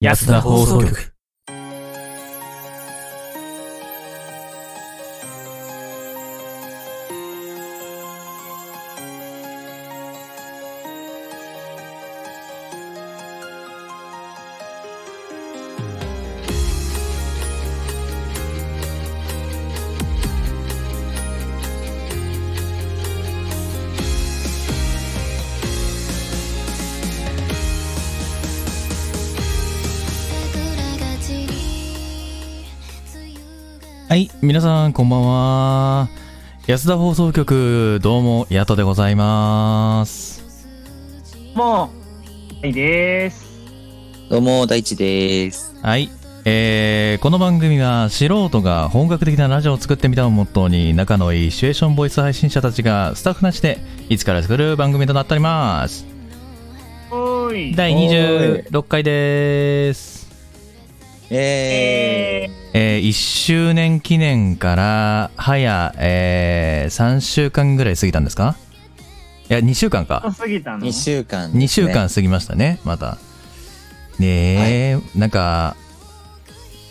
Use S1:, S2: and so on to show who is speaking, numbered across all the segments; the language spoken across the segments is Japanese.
S1: 安田放送局。はい、皆さんこんばんは。安田放送局、どうも、ヤトでございます。
S2: もう、はいです。
S3: どうも、大地です。
S1: はい。えー、この番組は素人が本格的なラジオを作ってみたをモットーに仲のいいシチュエーションボイス配信者たちがスタッフなしでいつから作る番組となっております。
S2: おーい。
S1: 第26回です。
S3: え
S2: え
S1: えー、1周年記念から早、えー、3週間ぐらい過ぎたんですかいや、2週間か
S2: ー、。過ぎた
S3: ー、
S2: の
S3: 2週間、
S1: 2週。間過ぎましたねまたねえ、なんか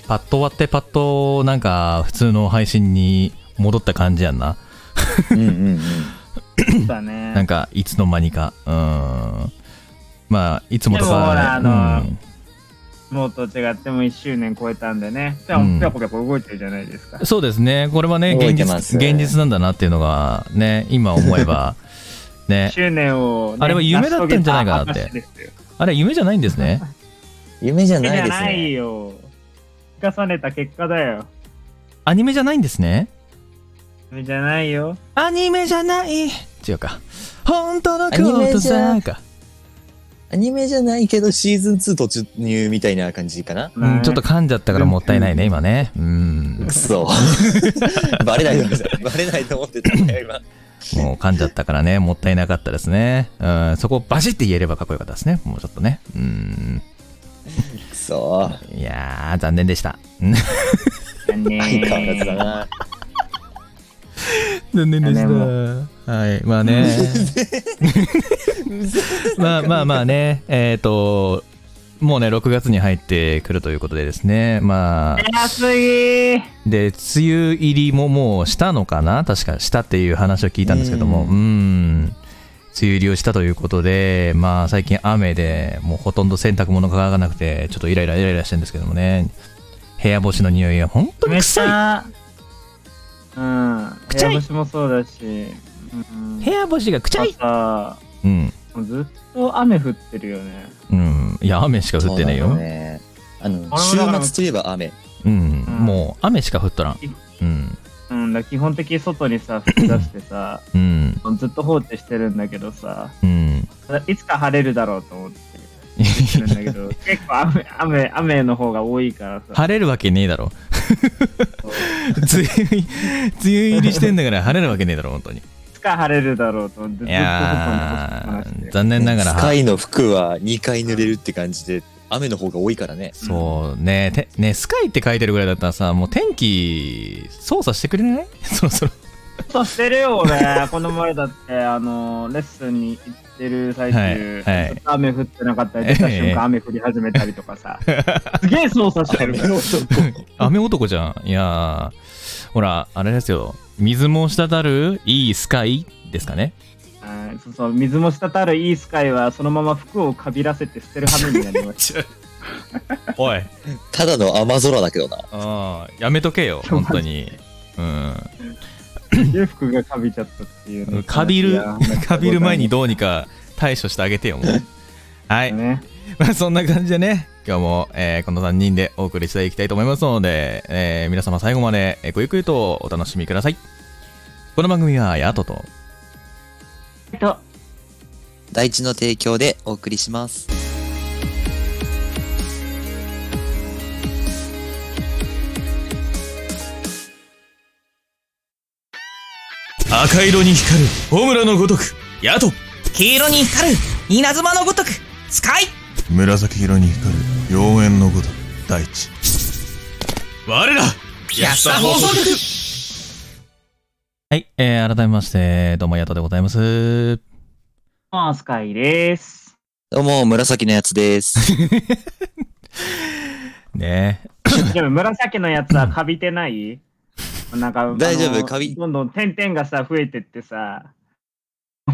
S1: パッと終わってパッとなんか普通の配信に戻った感じやんな
S3: うんうんうん。
S2: だね。
S1: なんかいつの間にかうーんまあいつもと
S2: でもほら
S1: か
S2: あ
S1: ね、
S2: の
S1: うん
S2: もうと違っても1周年超えたんでね。じゃあ、
S1: うん
S2: ぴょこぴょこ動いてるじゃないですか。
S1: そうですねこれはね
S3: 動
S1: 現
S3: いてます
S1: 実現実なんだなっていうのがね今思えばね
S2: 1周年を、ね、
S1: あれは夢だったんじゃないかなって
S2: 成し遂げた証ですよ
S1: あれ夢じゃないんですね
S3: 夢じゃ
S2: 夢
S3: な
S2: じ
S3: い
S2: ゃ
S3: です
S2: ない
S3: ね。
S2: よ。重ねた結果だよ。
S1: アニメじゃないんですね
S2: 夢じゃないよ。
S1: アニメじゃない違うか本当のこ
S3: アニメ
S1: と
S3: じゃ
S1: さか
S3: アニメじゃないけど、シーズン2途入みたいな感じかな。
S1: うん、ちょっと噛んじゃったからもったいないね、今ね。うん
S3: く。そ。 バレないでください。バレないと思ってたんだよ、今。
S1: もう噛んじゃったからね、もったいなかったですね。うん、そこをバシって言えればかっこよかったですね、もうちょっとね。うん。
S3: くそ。
S1: いやー、残念でした。うん
S2: とね。
S3: 相変わらずだな。
S1: 残念
S2: でした
S1: はい、まあね。 まあまあまあね、えっ、と、もうね、6月に入ってくるということでですね、まあ、
S2: 早すぎー。
S1: で、梅雨入りももうしたのかな確かしたっていう話を聞いたんですけども、う、
S3: うんん
S1: 梅雨入りをしたということで、まあ最近雨でもうほとんど洗濯物が乾かなくて、ちょっとイライライライラしてるんですけどもね、部屋干しの匂いが本当に
S2: めっち
S1: 臭い。
S2: ゃ。うん。部
S1: 臭い
S2: 屋干しもそうだし。うん
S1: 部。屋干しがくちゃい。
S2: 朝、
S1: うん。
S2: もうずっと雨降ってるよね。
S1: うん。いや、雨しか降ってないよ。
S3: そううだねあの、
S2: 俺も
S3: 週
S2: だから
S3: 末といえば雨。
S1: ん。もう雨しか降っとらん。うん。
S2: うんだ基本的に外に さ吹き出してさ
S1: うん。
S2: ずっと放置してるんだけどさ
S1: うん。
S2: いつか晴れるだろうと思ってしてるんだけど結構雨雨雨の方が多いからさ
S1: 晴れるわけねえだろ。
S2: そう
S1: 梅雨入り、梅雨入りしてんだから晴れるわけねえだろ、本当に。
S2: いつか晴れるだろうと思ってずっ
S1: い
S2: と外
S1: や
S2: に干しっぱなし
S1: ー
S2: で
S1: 残念ながら
S3: スカイの服は2回濡れるって感じで、雨の方が多いからね。
S1: そうねてねスカイって書いてるぐらいだったらさもう天気操作してくれない そろそろ
S2: そうしてるよ 俺この前だってあのレッスンに行ってる最中、
S1: はいはい
S2: ちょっと雨降ってなかったり出た
S1: ええ
S2: 瞬間雨降り始めたりとかさすげえ操作 してるか
S3: 雨
S2: ら
S3: 男。
S1: 雨男じゃんいやーほらあれですよ水も滴るいいスカイですかね
S2: はいそうそう水も滴るいいスカイはそのまま服をかびらせて捨てる羽目になりま した
S1: おい
S3: ただの雨空だけどな。
S1: あーやめと けよ本当にう
S2: 裕福がかびちゃったっていうね
S1: んかび
S2: い
S1: る
S2: やー
S1: かびる前にどうにか対処してあげてよもうはい
S2: ね
S1: まあそんな感じでね、今日も、えーこの3人でお送りしていきたいと思いますので、えー皆様最後までえーごゆっくりとお楽しみください。この番組はヤトと、
S2: えっと
S3: 大地の提供でお送りします。
S1: 赤色に光るホムラのごとく、ヤト
S4: 黄色に光る稲妻のごとくスカイ
S5: 紫色に光る妖艶のごとく大地
S1: 我ら
S4: 安田放送局
S1: はい、えー改めまして、どうもヤトでございます。
S2: マースカイです
S3: どうも、紫のやつです。
S1: ねえ
S2: でも紫のやつはカビてないなんか、
S3: 大丈夫
S2: あの
S3: カビ
S2: どんどん点々がさ、増えてってさ、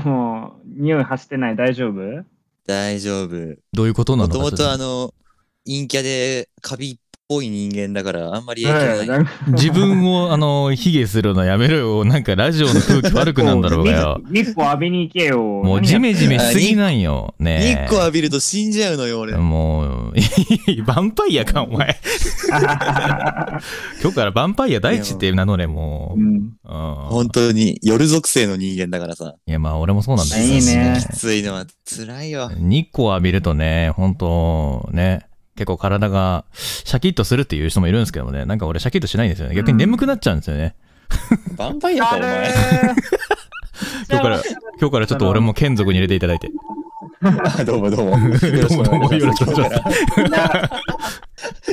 S2: もう、匂い発してない、大丈夫
S3: 大丈夫。
S1: どういうことな
S3: も
S1: のか
S3: とも
S1: ちょっ
S3: とあの、陰キャでカビっぽい人間だから、あんまり影
S2: は
S3: 響
S2: い
S3: ない。
S2: なんか
S1: 自分をあの卑下するのやめろよなんかラジオの空気悪くなんだろうがよ
S2: 日光浴びに行けよ。
S1: もうジメジメしすぎなんよ
S3: 日
S1: ね
S3: 光浴びると死んじゃうのよ、俺。
S1: もう、い いヴァンパイアか、お 前。今日からヴァンパイア大地って名乗れ、も
S2: う
S1: う。うん
S2: ん
S3: 本当に、夜属性の人間だからさ。
S1: いや、まあ、俺もそうなんだけど
S2: いいね
S3: きついのは辛いよ。
S1: 日光浴びるとね、本当ね、結構体がシャキッとするっていう人もいるんですけどもね、なんか俺シャキッとしないんですよね。逆に眠くなっちゃうんですよね。
S3: バンパイアか、お前。
S1: 今日から、今日からちょっと俺も剣族に入れていただいて。
S3: あどうも どうも。よろ
S1: どう
S3: しく
S1: も
S3: お
S1: どうも、
S3: 願い
S1: よ
S3: し
S1: ろ
S3: ま
S1: しくお願いしま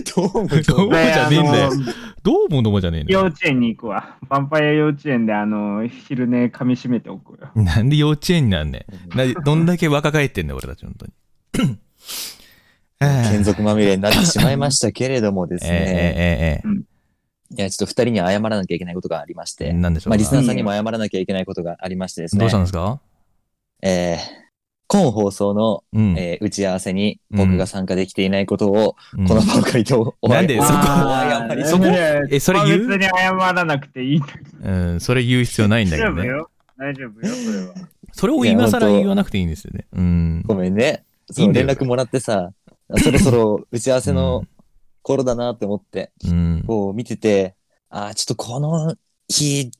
S1: す。
S3: す。どうもどう
S1: どう
S3: も。
S1: もじゃねえんだよ
S2: あ。の
S1: どうもどうもじゃねえんだ
S2: 幼
S1: よ。
S2: 稚園に行くわ。ヴァンパイア幼稚園で、あの、昼寝噛みしめておくよ。
S1: なんで幼稚園になんねんなどんだけ若返ってんだよ、俺たち、本当に。え
S3: 剣族まみれになってしまいましたけれどもです
S1: え
S3: ね。
S1: えええ
S3: いや、ちょっと二人に謝らなきゃいけないことがありまし
S1: ええ
S3: て。
S1: なんでしょう
S3: ま
S1: か
S3: あ、リスナーさんにも謝らなきゃいけないことがありましてですね。
S1: どうしたんですか
S3: えー今放送の、
S1: うん。
S3: えー打ち合わせに
S1: うん
S3: 僕が参加できていないことを、
S1: うん
S3: この場を借りてお、
S1: なんで
S3: お
S1: そこ
S3: 詫びお謝り
S1: そこ
S2: え
S1: えそれ言う
S2: 別に謝らなくていいんだけ
S1: うん、それ言う必要ないん
S2: ど。
S1: だ
S2: 大丈
S1: けど
S2: 夫
S1: ね。
S2: よ。大丈夫よ、それは。
S1: それを今更言わなくていいんですよね。うん。
S3: ごめんね。
S1: い
S3: そ
S1: いん
S3: う、
S1: だよ
S3: 連絡もらっ てさ、そろそろ打ち合わせ
S1: う
S3: の
S1: ん
S3: 頃だなって思って、
S1: うん。
S3: こう見てて、ああ、ちょっとこの日、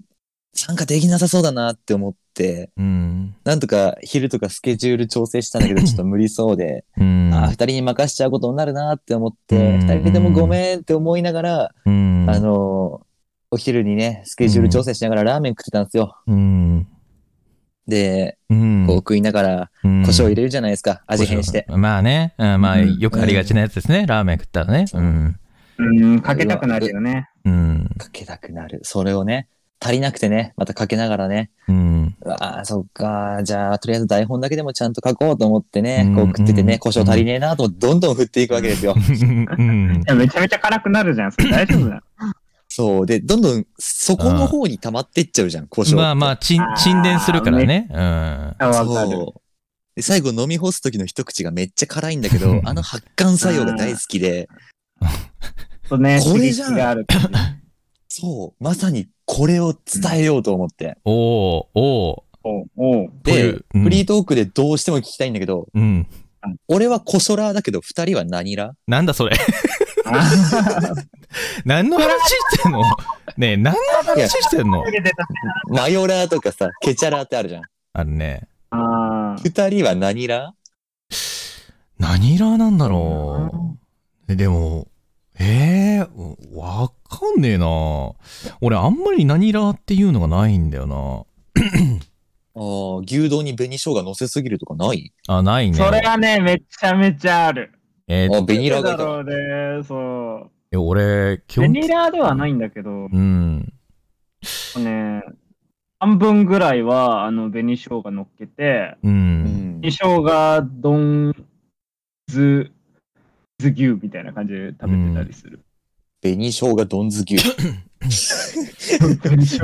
S3: 参加できなさそうだなって思って、
S1: うん。
S3: なんとか昼とかスケジュール調整したん だけど、ちょっと無理そうで、
S1: うん。
S3: ああ、二人に任しちゃうことになるなって思っ
S1: う
S3: て、
S1: ん
S3: 二人でもごめんって思いながら、
S1: うん。
S3: あのー、お昼にね、スケジュール調整しながらラーメン食ってたんですよ。
S1: うん。
S3: で、
S1: うん。
S3: こう食いながら、
S1: うん、
S3: 胡椒入れるじゃないですか、味変して。
S1: まあね。うん、まあ、
S3: うん
S1: よくありがちなやつですね。ラーメン食ったらね。うん。
S2: うん、かけたくなるよね。
S1: うん。
S3: かけたくなる。それをね、足りなくてね、またかけながらね、
S1: うん。
S3: ああ、そっか、じゃあ、とりあえず台本だけでもちゃんと書こうと思ってね
S1: うん、
S3: こう食ってて
S1: うん
S3: ね、胡椒足りねえなと、どんどん振っていくわけですよ。
S1: うん
S2: い。やめちゃめちゃ辛くなるじゃん。それ大丈夫だ。
S3: そう。で、どんどん、そこの方に溜まってっちゃうじゃん、胡椒って。
S1: まあまあ、沈沈殿するからね。うん。、
S2: あわかる。
S3: そう。で、最後飲み干す時の一口がめっちゃ辛いんだけどあの発汗作用が大好きで、
S2: とね、
S3: これじゃん
S2: 刺激があるっていう ね
S3: そう、まさにこれを伝えようと思って。
S1: おー、お
S2: おうおう。
S1: こうい
S3: で
S1: う、うん
S3: フリートークでどうしても聞きたいんだけど、
S1: ー。うん。
S3: 俺はコソラーだけど、二人は何ラー
S1: なんだそれ。
S2: あ
S1: 何の話して んのねえ、何の話してんの
S3: マヨラーとかさ、ケチャラーってあるじゃん。
S1: あるね。
S2: あー。
S3: 二人は何ラ
S1: 何ラーなんだろう。えでも、えー、わかんねえな。俺、あんまり何ラーっていうのがないんだよ
S3: ーあー牛丼に紅生姜乗せすぎるとかない
S1: な。あ、ないね。
S2: それがね、めちゃめちゃある。
S1: えー
S3: あ、紅ラーが
S2: だ
S3: いた。
S2: ろうね、そう。
S1: え俺、基
S2: ベ
S1: 本
S2: ニラーではないんだけど、
S1: うん。
S2: ね、半分ぐらいは、あの、紅生姜乗っけて、
S1: う。
S3: うんん
S2: 紅生姜丼、ず、ず牛みたいな感じで食べてたりする。
S3: 紅生姜どんず牛。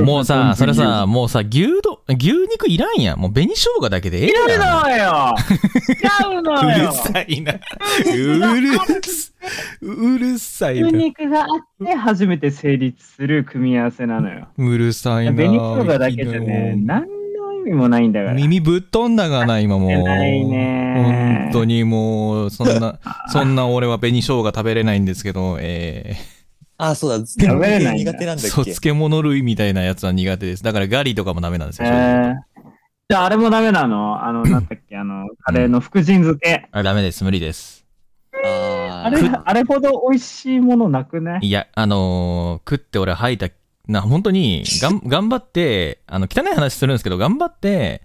S1: もうさ、それさ、、もうさ、牛丼、牛肉いらんやん。もう紅生姜だけでええ
S2: 違う
S1: や
S2: の
S1: ん。
S2: よ違う
S1: う
S2: のよ
S1: るさいな。うるさうるさい
S2: 牛
S1: な。
S2: 肉があって初めて成立する組み合わせなのよ。
S1: うるさいな。
S2: 紅生姜だけじゃね、何の意味もないんだから。
S1: 耳ぶっ飛んだがな、今もう。
S2: ないね
S1: 本当にもう、そん な、そんな俺は紅生姜食べれないんですけど、え
S3: あ、そうだ。
S2: 食べれないんだ
S3: 苦手なん
S1: ー、
S3: だ
S1: そう、
S3: っけ
S1: 漬物類みたいなやつは苦手です。だからガリとかもダメなんです
S2: え
S1: よ。正直
S2: ー、じゃああれもダメなのあの、なんだっけ、あの、カレーの福神漬け。
S1: あダメです、無理です。
S3: あ
S2: あれ、あれほど美味しいものなく ない
S1: いや、あのー食って俺吐いた、な、本当 に、がん、頑張って、あの、汚い話するんですけど、頑張って、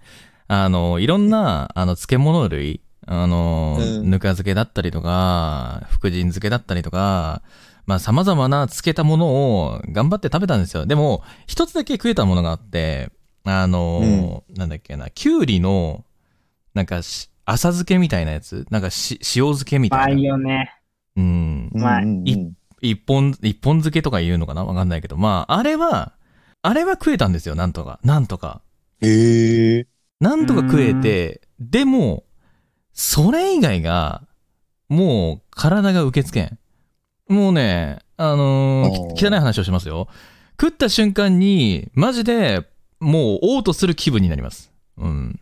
S1: あのいろんな、あの、漬物類、あのー
S3: うん
S1: ぬか漬けだったりとか、福神漬けだったりとか、まあ、様々な漬けたものを頑張って食べたんですよ。でも、一つだけ食えたものがあって、あのーなんだっけな、きゅうりの、なんかし、浅漬けみたいなやつなんかし、塩漬けみ
S2: うま
S1: たい
S2: い
S1: な。
S2: よね。
S1: うん。
S2: まあ
S3: うんうんうん
S1: い一本、一本漬けとか言うのかなわかんないけど、まあ、あれは、あれは食えたんですよ、なんとか。なんとか。
S3: へえ。
S1: なんとか食えて、でも、それ以外が、もう体が受け付けん。もうね、あのー
S3: お
S1: き汚
S3: ー
S1: い話をしますよ。食った瞬間に、マジで、もう、嘔吐する気分になります。うん。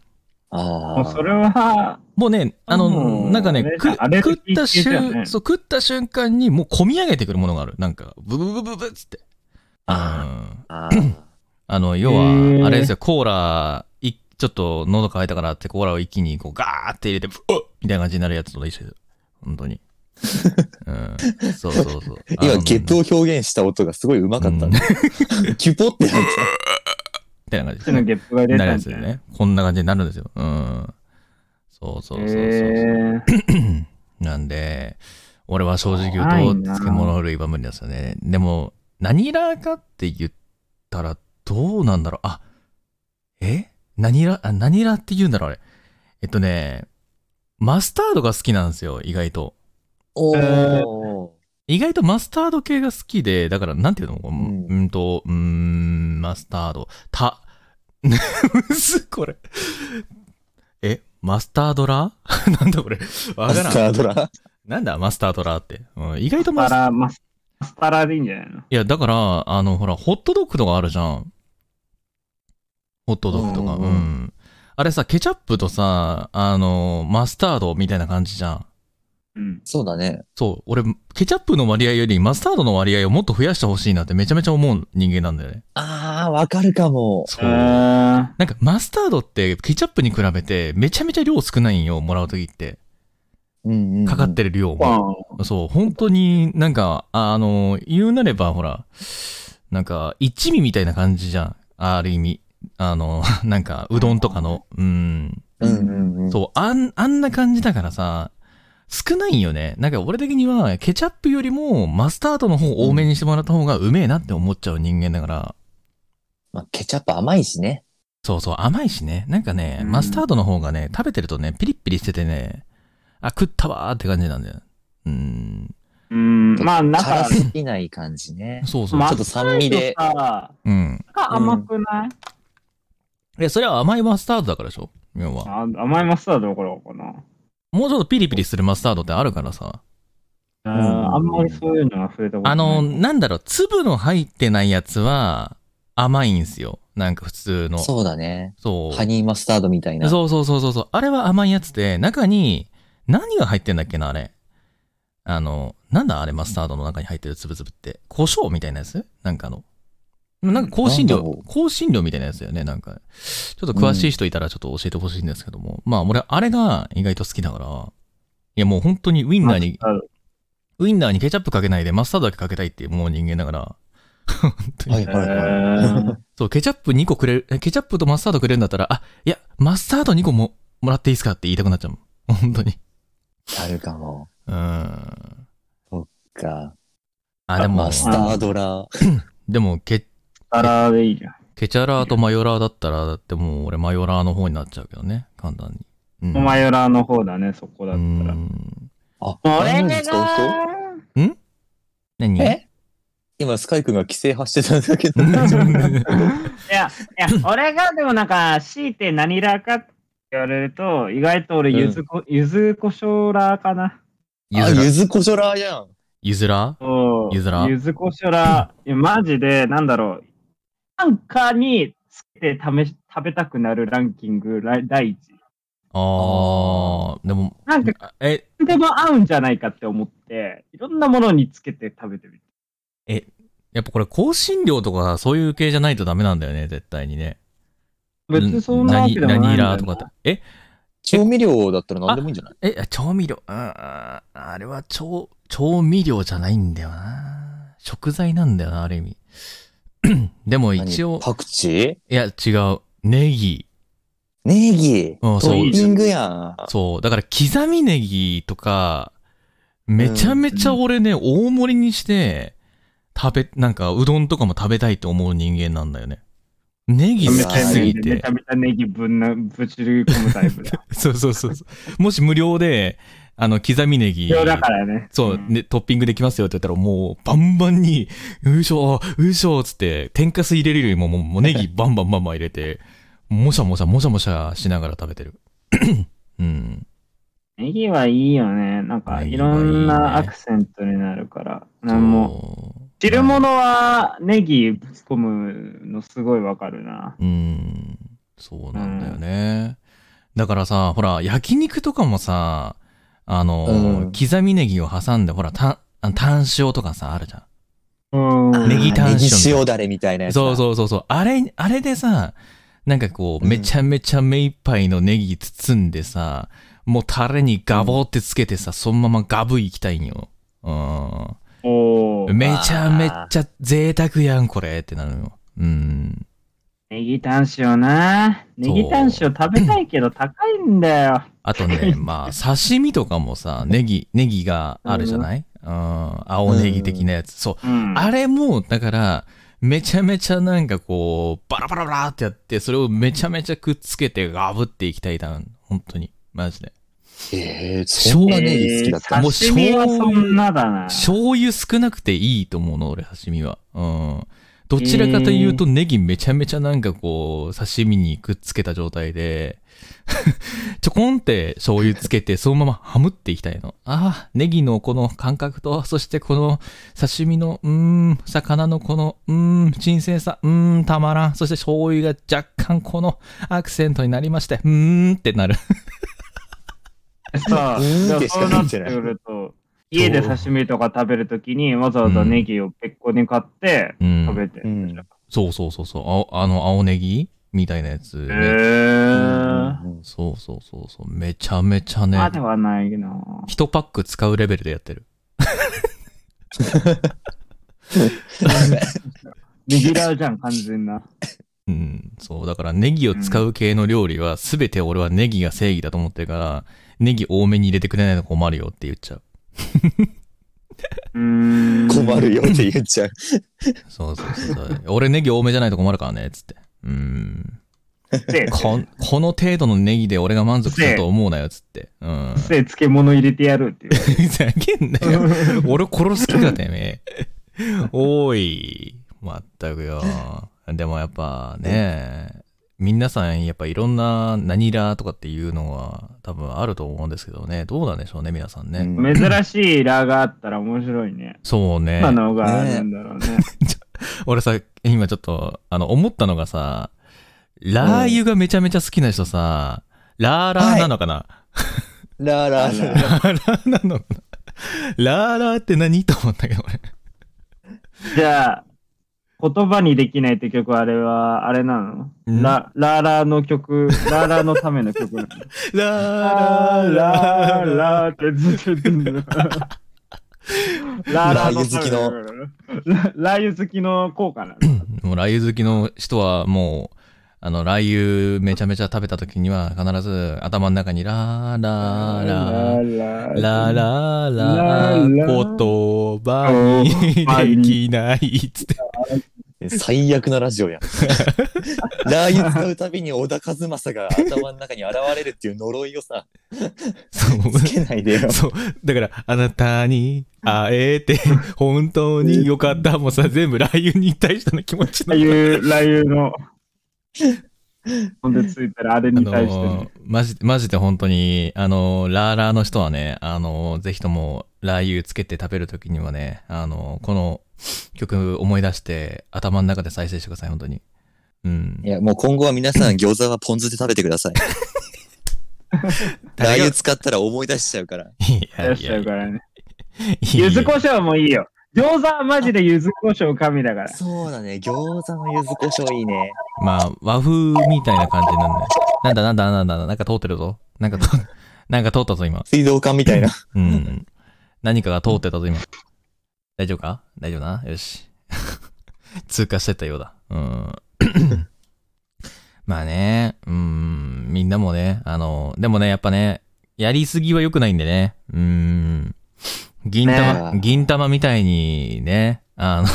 S3: あ
S2: もう
S3: あ。
S2: それは、
S1: もうね、あの、
S2: うん
S1: なんかね、
S2: あれ
S1: く
S2: あれ
S1: 食った
S2: 聞いてたよ
S1: 瞬、
S2: ね
S1: そう、食った瞬間に、もう込み上げてくるものがある。なんか、ブブブブブっつって。
S3: あ
S1: うん
S3: あー。
S1: あの、要
S2: へー
S1: は、あれですよ、コーラ、いちょっと喉乾いたからってコーラを一気にこうガーって入れて、ブッみたいな感じになるやつと一緒です。本当 に。うん。そうそうそう。
S3: 今、ゲップを
S1: み
S3: 表現した音がすごいうまかった
S1: うん
S3: ね。キュ ポってなった
S1: たいな感じ
S2: そっちのゲ
S1: で
S2: ップが
S1: すね。
S2: 出
S1: なる
S2: た
S1: や
S2: ん
S1: つ
S2: じ
S1: で
S2: ゃない
S1: ね。こんな感じになるんですよ。うん。そうそうそうそうそう。
S2: えー
S1: なんで、俺は正直言
S2: 怖いう
S1: と、
S2: な
S1: 漬物類は無理なんですよね。でも、何ラーかって言ったら、どうなんだろう。あ、え何ラ、あ、何ラって言うんだろう、あれ。えっとね、マスタードが好きなんですよ、意外と。
S3: お
S2: ー
S3: お。
S1: 意外とマスタード系が好きで、だから、なんていうの、う
S3: う
S1: ん、
S3: ん
S1: うんと、うーん、マスタード、た、 むず、これ。え、マスタードラ ーなんだこれ。わ
S3: マ
S1: から
S3: ス
S1: ん。
S3: タードラ
S1: なんだマスタードラーって。うん、意外と
S2: マ
S1: マ
S2: ス
S1: ス
S2: タ
S1: ター
S2: ラ、マスマスタラでいいんじゃないの
S1: いや、だから、あの、ほら、ホットドッグとかあるじゃん。ホットドッグとか。
S3: う
S1: うんん
S3: うんうん
S1: あれさ、ケチャップとさ、あの、マスタードみたいな感じじゃん。
S2: うん。
S3: そうだね。
S1: そう、俺、ケチャップの割合よりマスタードの割合をもっと増やしてほしいなってめちゃめちゃ思う人間なんだよね。
S3: ああ、わかるかも。
S1: そう。な
S2: あ
S1: んか、マスタードってケチャップに比べてめちゃめちゃ量少ないんよ、もらうときって。
S3: うんうんうん
S1: かかってる量
S2: ー
S1: も。そう、本当になんか、ああの、言うなれば、ほら、なんか、一味みたいな感じじゃん。ある意味。あの、 なんか、うどんとかの。うん。
S3: うんうんうん。
S1: そう、あん、あんな感じだからさ、少ないんよね。なんか、俺的には、ケチャップよりも、マスタードの方多めにしてもらった方がうめえなって思っちゃう人間だから、
S3: まあ、ケチャップ甘いしね。
S1: そうそう、甘いしね。なんかね、
S2: うん
S1: マスタードの方がね、食べてるとね、ピリッピリしててね、あ、食ったわーって感じなんだよ。うん。
S2: うん。まあ、なん
S3: 辛
S2: か、
S3: すぎない感じ ね。
S1: そうそう。
S2: マ
S1: ちょっと、
S3: と酸味で
S2: さ
S1: うん。
S2: 甘くない、
S1: いや、それは甘いマスタードだからでしょ要は。
S2: あ甘いマスタードどころかな。
S1: もうちょっとピリピリするマスタードってあるからさ。
S2: うんん、あんまりそういうのは増えたことない。
S1: あの、なんだろう、粒の入ってないやつは甘いんすよ。なんか普通の。
S3: そうだね。
S1: そう。
S3: ハニーマスタードみたいな。
S1: そうそうそうそうそう。あれは甘いやつで、中に何が入ってんだっけな、あれ。あの、なんだあれマスタードの中に入ってる粒々って。胡椒みたいなやつなんかの。なんか香辛
S3: なんだ
S1: 料
S3: ろ、
S1: 香辛料みたいなやつだよね、なんか。ちょっと詳しい人いたらちょっと教えてほしいんですけども。まあ俺、あれが意外と好きだから。いやもう本当にウインナーに、
S2: マス
S1: ウインナーにケチャップかけないでマスタードだけかけたいっていうもう人間だから。 本当に
S3: はい
S2: ター
S3: は
S2: ド
S3: いはい。
S2: えー
S1: そう、ケチャップ2個くれる、えケチャップとマスタードくれるんだったら、あ、いや、マスタード2個も、もらっていいですかって言いたくなっちゃうもん。 本当に。
S3: あるかも。
S1: うーん。
S3: か。
S1: あ、でも
S3: マ、スタードラー。
S1: でも、ケ、
S2: マスタラでいいじゃん。
S1: ケチャラーとマヨラーだったら、だってもう俺マヨラーの方になっちゃうけどね。簡単に。うん、
S2: マヨラーの方だね、そこだ
S1: うー
S2: ったら。
S1: ん。
S3: あ、
S2: 俺が
S3: 何ですか本
S1: 何
S3: 当え今、スカイ君が規制発してたんだけど。
S2: いや、いや、俺がでもなんか、強いて何ラーかって言われると、意外と俺、ゆずこ、ゆずこしょうラーかな。
S1: ゆ
S3: あ、
S1: ずら
S3: ゆずこしょラーやん。
S1: ゆずら
S2: そう
S1: ゆずラー
S2: ゆずこしょうラ ー。いや、マジで、なんだろう。なんかにつけて試し食べたくなるランキングら第一。
S1: あー、でも、
S2: なんか、
S1: え、
S2: 何でも合うんじゃないかって思って、いろんなものにつけて食べてみて。
S1: やっぱこれ香辛料とかそういう系じゃないとダメなんだよね、絶対にね。
S2: 別にそんなわけでもないんだよ
S1: 何何
S2: な
S1: ラーとかって。え
S3: 調味料だったら何でもいいんじゃない
S1: え、あ調味料、うんうんあれは調、調味料じゃないんだよな。食材なんだよな、ある意味。でも
S3: 何
S1: 一応、
S3: パクチー
S1: いや、違う。ネギ。
S3: ネギ。
S1: う
S3: ト
S1: んそう
S3: ッピングやん。
S1: そう。だから、刻みネギとか、めちゃめちゃ俺ね、大盛りにして、食べ、なんか、うどんとかも食べたいと思う人間なんだよね。ネギ
S2: めち
S1: 好
S2: ゃ
S1: き
S2: め
S1: す
S2: ちゃ
S1: ぎ
S2: め
S1: て
S2: ち ゃ。めちゃネギぶんなぶち込むタイプだ。
S1: そうそうそうそう。もし無料で、あの、刻みネギ。
S2: 必要だからね。
S1: そう、
S2: ん
S1: ね、トッピングできますよって言ったら、もう、バンバンに、ういしょ、ういしょ、つって、天かす入れるよりも、もうもう、ネギバンバンバンバン入れて、もしゃもしゃ、もしゃもしゃしながら食 べてる。うん。
S2: ネギはいいよね。なんか、
S1: ネ
S2: い
S1: ギはいい
S2: ろ
S1: ね
S2: んなアクセントになるから。なんも。
S1: そう
S2: 汁物はネギぶち込むのすごいわかるな。
S1: うん。そうなんだよね。だからさ、ほら、焼肉とかもさ、あの、
S3: うん
S1: 刻みネギを挟んで、ほら、たん、炭塩とかさ、あるじゃん。
S2: うん。
S1: ネギタン塩
S3: ネギ塩だれみたいなやつだ。
S1: そうそうそうそう。あれ、あれでさ、なんかこう、めちゃめちゃ目いっぱいのネギ包んでさ、もうタレにガボーってつけてさ、そのままガブいきたいんよ。う
S2: おー
S1: ん。めちゃめちゃ贅沢やん、これってなるの。うん。
S2: ネギタン塩な。ネギタン塩食べたいけど高いんだよ。
S1: あとね、まあ、刺身とかもさ、ネギ、ネギがあるじゃないうん。青ネギ的なやつ。そう。
S2: うん。
S1: あれも、だから、めちゃめちゃなんかこう、バラバラバラってやって、それをめちゃめちゃくっつけて、ガブっていきたいだん。本当に。マジで。
S3: えー、そんなネギ好きだった。
S1: もう
S2: 刺身はそんなだな。
S1: 醤油少なくていいと思うの、俺、刺身は。うん。どちらかというと、ネギめちゃめちゃなんかこう、刺身にくっつけた状態で、 ちょこんって醤油つけて、そのままハムっていきたいの。ああ、ネギのこの感覚と、そしてこの刺身の、うーん、魚のこの、うーん、新鮮さ、うーん、たまらん。そして醤油が若干このアクセントになりまして、うーんってなる。
S2: さあ、
S3: うーんってし
S2: そう
S3: か
S2: な
S3: な
S2: っ
S3: っててない
S2: くると、家で刺身とか食べるときにわざわざネギを別個に買って
S1: うん。
S2: 食べてる。
S3: うん
S1: そうそうそうそう。青あの、青ネギみたいなやつ
S2: へ
S1: で。
S2: ー。
S1: そうそうそうそう。めちゃめちゃね
S2: ま、あではないな。
S1: 1パック使うレベルでやってる。
S2: ビギラーじゃん、完全な。
S1: うん。そう。だからネギを使う系の料理は、すべて俺はネギが正義だと思ってるから、ネギ多めに入れてくれないと困るよって言っちゃう。
S2: うーん。
S3: 困るよって言っちゃう。
S1: そうそうそうそう。 俺ネギ多めじゃないと困るからね、つって。うん。
S2: で、
S1: こん、 この程度のネギで俺が満足すると思うなよ、つって。 うん。
S2: せ漬物入れてやるっていう。
S1: ふざけんなよ。俺殺す気だてめえ。おい。まったくよ。でもやっぱね、皆さんやっぱいろんな何らとかっていうのは多分あると思うんですけどね。どうなんでし ょうね、皆さんね。
S3: うん
S2: 珍しいラーがあったら面白いね。
S1: そうね
S2: 今。のがあるんだろうね。
S1: 俺さ、今ちょっと、あの、思ったのがさ、ラー油がめちゃめちゃ好きな人さ、ラーラーなのかな、
S3: ラーラーラー。
S1: ラーラーなのかなラーラーって何と思ったけど俺。
S2: じゃあ、言葉にできないって曲、あれは、あれなの
S1: うん
S2: ララーラーの曲、ラーラーのための曲なの
S1: ラ
S2: ラ
S1: ー
S2: ーラー
S1: ラーラー。
S2: ラーってずっと言ってんだよ。ラ
S3: ラー油好きの
S2: ララー油好きの効果なの。
S1: もうラー油好きの人はもう、あの、ラー油めちゃめちゃ食べた時には必ず頭の中にラーラーラー。
S2: ラ
S1: ラーラーラ
S2: ラ
S1: ー
S2: ー
S1: 言
S2: ラー
S1: 葉にできないっつって。
S3: 最悪なラジオや ん。ラー油使うたびに小田和正が頭の中に現れるっていう呪い をさ、つ
S1: そ
S3: けないでよ
S1: う。。そう。だから、あなたに会えて、本当によかったもうさ、全部ラー油に対しての気持ちの
S2: ラ。ー油、ラー油の。ほんでついたらあれ
S1: あ
S2: に対して
S1: の
S2: ね
S1: ー。マジ、マジで本当に、あのーラーラーの人はね、あのーぜひとも、ラー油つけて食べるときにはね、あのーこの曲思い出して、頭の中で再生してください、本当に。うん
S3: い。や、もう今後は皆さん餃子はポン酢で食べてください。ラー油使ったら思い出しちゃうから。
S1: いや
S2: 出
S1: い
S2: しちゃ
S1: や
S2: う、からね。
S1: いや
S2: 柚子胡椒もいいよ。餃子はマジで柚子胡椒神だから。
S3: そうだね、餃子の柚子胡椒いいね。
S1: まあ、和風みたいな感じなんだよ。なんだなんだなんだなんだ、なんか通ってるぞ。なんか通、なんか通ったぞ、今。
S3: 水道管みたいな。
S1: うん。何かが通ってたぞ、今。大丈夫か大丈夫だなよし。 通過してったようだ。うん。 まあね、うん、みんなもね、あの、でもね、やっぱね、やりすぎは良くないんでね、うん。銀玉、
S3: ねえ
S1: 銀玉みたいにね、あの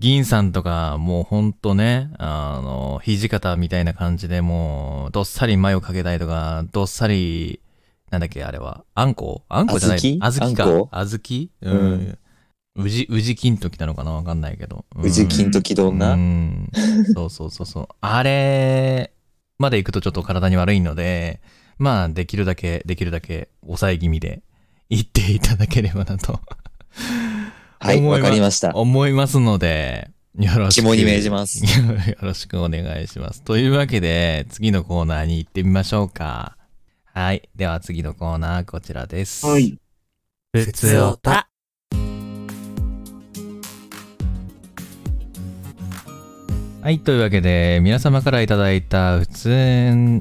S1: 銀さんとか、もうほんとね、あの、土方みたいな感じでもう、どっさり前をかけたりとか、どっさり、なんだっけ、あれは。あんこあんこじゃない。あず
S3: 小豆
S1: きか
S3: あんこ。
S1: あずきう。
S3: うん
S1: うじ、うじきんときなのかなわかんないけど。
S3: 宇治金時どん
S1: う
S3: な。
S1: ん。そうそうそうそう。あれまで行くとちょっと体に悪いので、まあ、できるだけ、できるだけ抑え気味で行っていただければなと
S3: はい、
S1: 思い
S3: わ
S1: ま
S3: かりま した。
S1: 思いますので、よろしく。
S3: 肝に銘じま す。
S1: よろしくお願いします。というわけで、次のコーナーに行ってみましょうか。はい。では次のコーナー、こちらです。
S2: は。い。
S1: 普通おた。はい。というわけで、皆様からいただいた、普通、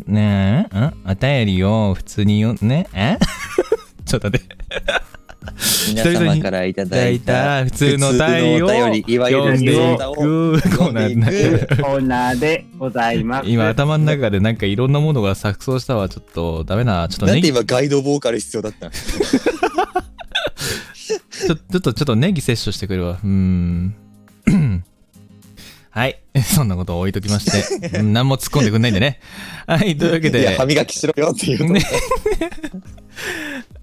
S1: ねえ、んお便りを普通によ、ねえ ちょっと待って。
S3: 皆様からいた
S1: いただ
S3: だ
S1: い
S3: いた。
S1: た、普通のお便りを、
S3: お便り、いわゆ
S1: 読
S3: る
S1: ん
S3: 普
S1: でい
S3: 通
S1: く
S3: の
S1: コー
S3: お便り
S1: ナーになってる
S2: コーナーでございます。
S1: 今頭の中でなんかいろんなものが錯綜したわちょっとダメなちょっと
S3: なん
S1: ネ
S3: で
S1: ギ
S3: 今ガイドボーカル必要だったの
S1: ちょちょっとちょっとネギ摂取してくるわうーん はい そんなことを置いときましてうん何も突っ込んでくんないんでね はいというわけ
S3: いや
S1: で
S3: 歯磨きしろよってい う。
S1: ね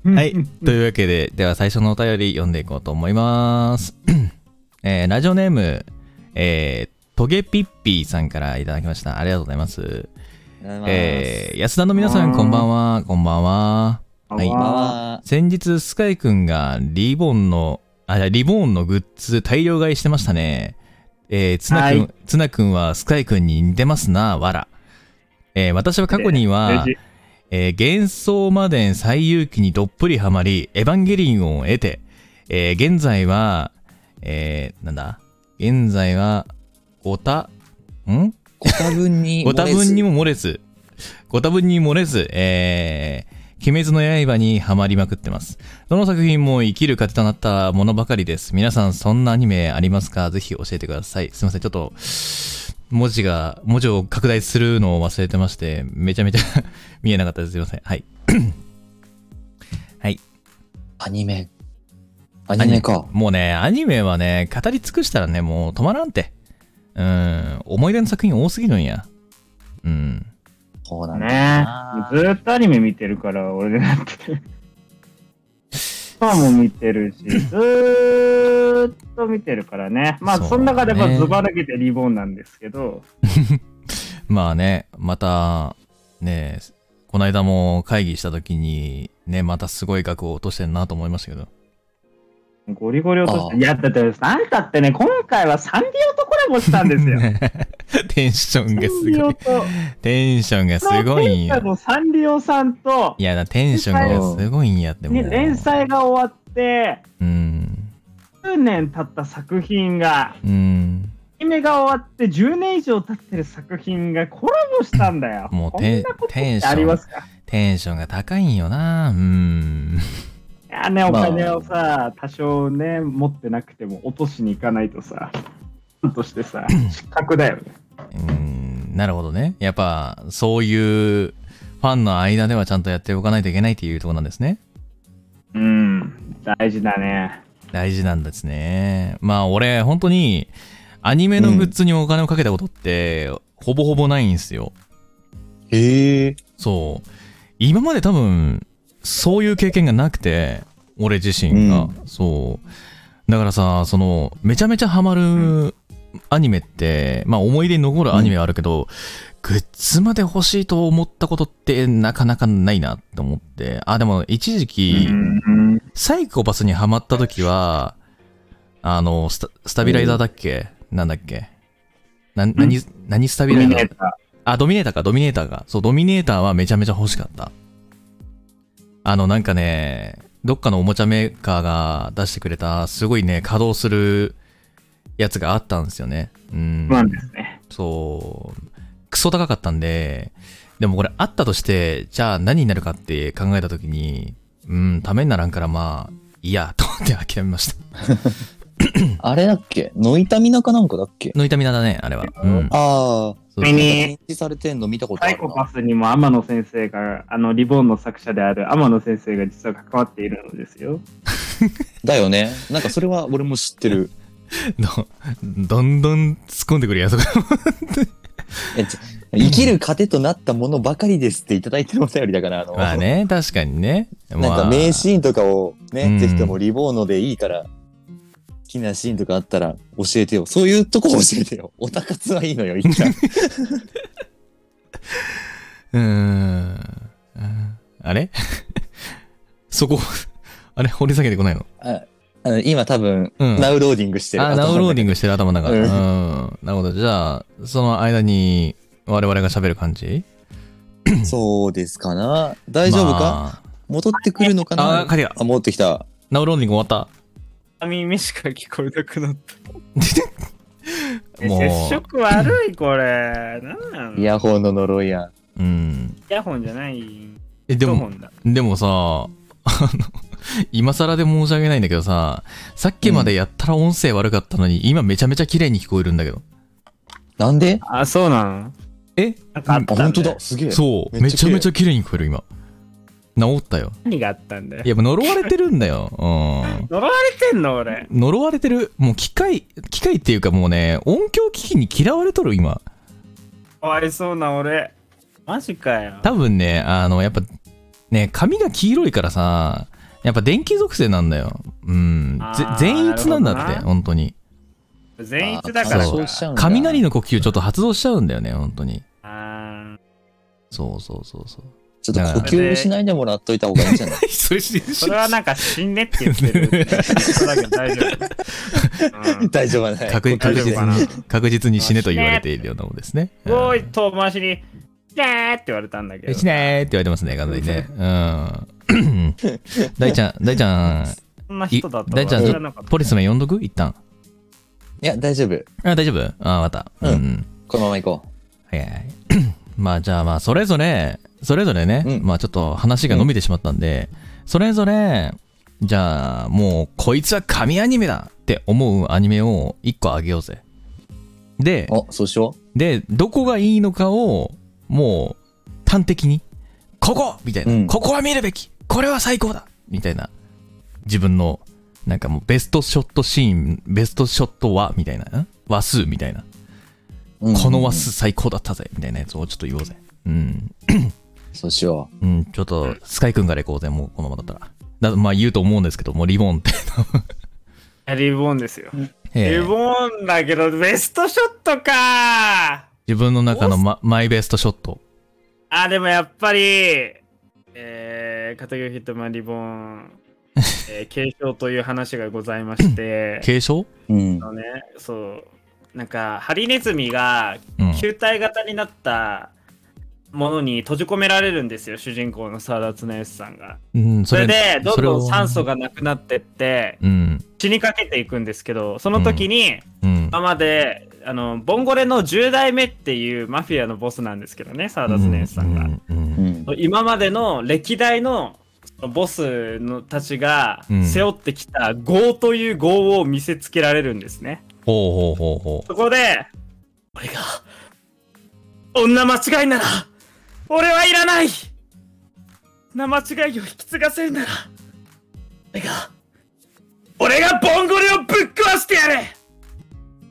S2: うん
S1: はい。というわけで、では最初のお便り読んでいこうと思います。 えーラジオネーム、えートゲピッピーさんからいただきました。ありがとうございます。えー安田の皆さん、こんばんは。こんばんは。はい
S3: こんばんは
S1: 先日スカイくんがリボンのあいやリボンのグッズ大量買いしてましたねえー、ツナくん、
S2: はい
S1: ツナくんはスカイくんに似てますなわらえー私は過去には、
S2: 嬉しい
S1: えー幻想魔伝最遊記にどっぷりハマり、エヴァンゲリオンを得て、えー現在は、えーなんだ現在は、ごた、ん
S3: ご多 分に。
S1: ご多分に。も漏れず、ご多分にも漏れず、えー、鬼滅の刃にハマりまくってます。どの作品も生きる糧となったものばかりです。皆さん、そんなアニメありますかぜひ教えてください。すいません、ちょっと、文字が、文字を拡大するのを忘れてまして、めちゃめち ゃ見えなかったです。すいません。はい。
S3: アニメ。アニメか。
S1: もうね、アニメはね、語り尽くしたらね、もう止まらんて。うん、思い出の作品多すぎるんや。うん。
S3: そうなんだ
S2: ね
S3: な。
S2: ずーっとアニメ見てるから、俺だ って。パンも見てるし、ずーっと見てるからね。まあ、
S1: そうね
S2: その中でもズバ抜けてリボンなんですけど、
S1: まあね、また、ね、この間も会議した時に、ね、またすごい額を落としてんなと思いましたけど。
S2: ゴリゴリ落とし
S3: ああ
S2: て。いや、だって、あんたってね、今回はサンリオとコラボしたんですよ。
S1: テンション
S2: サ
S1: が
S2: ン
S1: す
S2: リ
S1: ご
S2: オ
S1: い。
S2: と、
S1: テンションがすごいん
S2: プロ
S1: や
S2: ペ。ラのサンリオさんと
S1: い、やだ、テンションがすごいんやっても
S2: ね、
S1: う。
S2: 連載が終わって、
S1: うん。
S2: 10年経った作品が、
S1: うん。
S2: アニメが終わって10年以上経ってる作品がコラボしたんだよ。
S1: もう
S2: こん
S1: テン
S2: なことっ
S1: テ
S2: て
S1: ンション
S2: ありますか
S1: テンションが高いんよな。うん。
S2: いやね、お
S3: まあ
S2: 金をさ、多少ね、持ってなくても落としに行かないとさ、として さ、失格だよね。
S1: うん。なるほどね。やっぱ、そういうファンの間ではちゃんとやっておかないといけないっていうところなんですね。
S2: うん、大事だね。
S1: 大事なんですね。まあ俺、本当にアニメのグッズにお金をかけたことって、ほぼほぼないんですよ。
S3: へえ。
S1: そう。今まで多分、そういう経験がなくて、俺自身が。そう。だからさ、その、めちゃめちゃハマるアニメって、まあ思い出に残るアニメはあるけど、グッズまで欲しいと思ったことってなかなかないなって思って。あ、でも一時期、
S2: うん、
S1: サイコパスにハマった時は、あの、スタスタビライザーだっけなんだっけな、何、何スタビ
S2: ド
S1: ラ
S2: ミ
S1: イザ
S2: ネー
S1: ー
S2: タ
S1: あ、ドミネーターか、ドミネーターが。そう、ドミネーターはめちゃめちゃ欲しかった。あの、なんかね、どっかのおもちゃメーカーが出してくれた、すごいね、稼働するやつがあったんですよね。うん。
S2: ーなんですね。
S1: そう、クソ高かったんで、でもこれあったとして、じゃあ何になるかって考えたときに、うん、ためにならんからまあ、いいや、と思って諦めました。
S3: あれだっけノイタミナかなんかだっけ
S1: の痛みなだね、あれは。うん。
S3: ああ。
S1: そう
S2: ミニ
S3: 認知されてんの見たことあ
S2: サ
S3: る
S2: イ
S3: な。
S2: コパスにも天野先生が、あの、リボンの作者である天野先生が実は関わっているのですよ。
S3: だよね。なんかそれは俺も知ってる。
S1: どどんどん突っ込んでくるやつが。
S3: えち生きる糧となったものばかりですっていただいてるお便りだから、あの、
S1: まあね、確かにね。
S3: なん
S1: まあ
S3: か名シーンとかをね、
S1: うん
S3: ぜひともリボーノでいいから、好きなシーンとかあったら教えてよ。そういうとこ教えてよ。おたかつはいいのよ、一 旦。
S1: うーん。うんあれ そこ、あれ掘り下げてこないの
S3: ああの今多分、
S1: うん
S3: ナウローディングしてる。
S1: あ、ナウローディン
S3: グ。
S1: グしてる頭の中。う
S3: うんん。
S1: なるほど。じゃあ、その間に我々が喋る感じ
S3: そうですかな。大丈夫か、
S1: ま
S3: 戻ってくるのか
S1: あ、
S3: な
S1: あ、帰りが。
S3: あ、戻ってきた。
S1: ナウローディング終わっ
S2: 耳しか聞こえなくなった。
S1: た。
S2: え
S1: も
S2: 接
S1: う、
S2: 触悪いこれ。なんなの
S3: イ
S2: イ
S3: ヤホンの呪いや。
S1: うん。
S2: ヤホンじゃない。
S1: え、で
S2: イヤホ
S1: も、
S2: ンだ。
S1: でもさ、あの、今更で申し訳ないんだけどさ、さっきまでやったら音声悪かったのに、今めちゃめちゃ綺麗に聞こえるんだけど。
S3: なんで
S2: あ、そうなの
S1: え
S2: なんかあっ
S3: あ、
S2: たん
S3: 本
S2: だ
S3: 当
S2: よ
S3: だ。。すげえ。
S1: そう、め
S3: めっ
S1: ち
S3: ち
S1: ゃ
S3: ゃ
S1: めちゃ綺麗に聞こえる今。治ったよ。
S2: 何があったんだよ
S1: い。や、もう呪われてるんだよ。うん。
S2: 呪われてんの俺。
S1: 呪われてる。もう機械、機械っていうかもうね、音響機器に嫌われとる今。
S2: かわいそうな俺。マジかよ。
S1: 多分ね、あの、やっぱ、ね、髪が黄色いからさ、やっぱ電気属性なんだよ。うん。ぜ
S2: あー
S1: 全逸なんだ
S2: な
S1: っ
S2: る
S1: て、
S2: ほどな
S1: 本当に。
S2: 全逸だから
S1: あそう
S2: か。
S1: 雷
S3: の。
S1: の呼吸ちょっと発動しちゃうんだよね、本当に。
S2: あー
S1: そうそうそうそう。
S3: ちょっと呼吸しないでもらっといた方がいい んじゃない
S1: それし
S2: それはなんか死んでって言って る。そうだけど大丈夫。うん
S3: 大丈夫はない。
S1: 確
S2: 大
S1: 確
S2: 丈夫
S1: 実に
S2: かな
S1: 確実に死ねと言われているようなもんですね。
S2: すご
S1: う
S2: い
S1: ん
S2: 遠 回しに、じゃーって言われたんだけど。
S1: 死ねーって言われてますね、完全にね。うん。大ちゃん、大ちゃん、
S2: そんない人だった
S1: 大ちゃ
S2: ら
S1: ん
S2: 知
S1: ち
S2: ら
S1: ょ
S2: な
S1: っ
S2: か
S1: と
S2: った
S1: ポリスメ呼んどく一旦。
S3: いや、大丈夫。
S1: あ、大丈夫あ、また。
S3: うん
S1: うん。
S3: このまま行こ
S1: はいはい。 まあじゃあまあそれぞれ、それぞれね、
S3: うん
S1: まあちょっと話が伸びてしまったんで、それぞれ、じゃあもうこいつは神アニメだって思うアニメを一個あげようぜ。で、
S3: う。お、そうしよ
S1: で、どこがいいのかを、もう端的に、ここみたいな、
S3: うん
S1: ここは見るべきこれは最高だみたいな、自分の、なんかもうベストショットシーン、ベストショットは、みたいな、ん話数みたいな。
S3: う。うん
S1: この話。数最高だったぜみたいなやつをちょっと言おうぜ。うん。
S3: そうしよ
S1: うん、ちょっと、スカイくんから行こうぜ、もうこのままだったら。だまあ言うと思うんですけど、もうリボ ンって。
S2: リボンですよ。
S1: ええ
S2: リボンだけど、ベストショットか
S1: 自分の中のママイベストショット。
S2: あ、でもやっぱり、えー、片桐ヒットマンリボン、 えー、継承という話がございまして、
S1: 継承
S3: う。うん
S2: あ。のね、そう、なんか、ハリネズミが
S1: うん。
S2: 球体型になったものに閉じ込められるんですよ、主人公の沢田綱吉さんが。
S1: うん、
S2: それで、どんどん酸素
S1: が。
S2: がなくなってって、
S1: うん。
S2: 死にかけていくんですけど、その時に、
S1: うん。
S2: 今まで、あの、ボンゴレの10代目っていうマフィアのボスなんですけどね、沢田常さんが。
S1: うんうん
S3: う
S1: うん
S3: ん。
S2: 今までの歴代のそのボスのたちが
S1: うん
S2: 背負ってきた業という業を見せつけられるんですね。
S1: ほうほうほうほ
S2: そこで、俺が、女間違いなら、俺はいらない女間違いを引き継がせるなら、俺が、俺がボンゴレをぶっ壊してやれ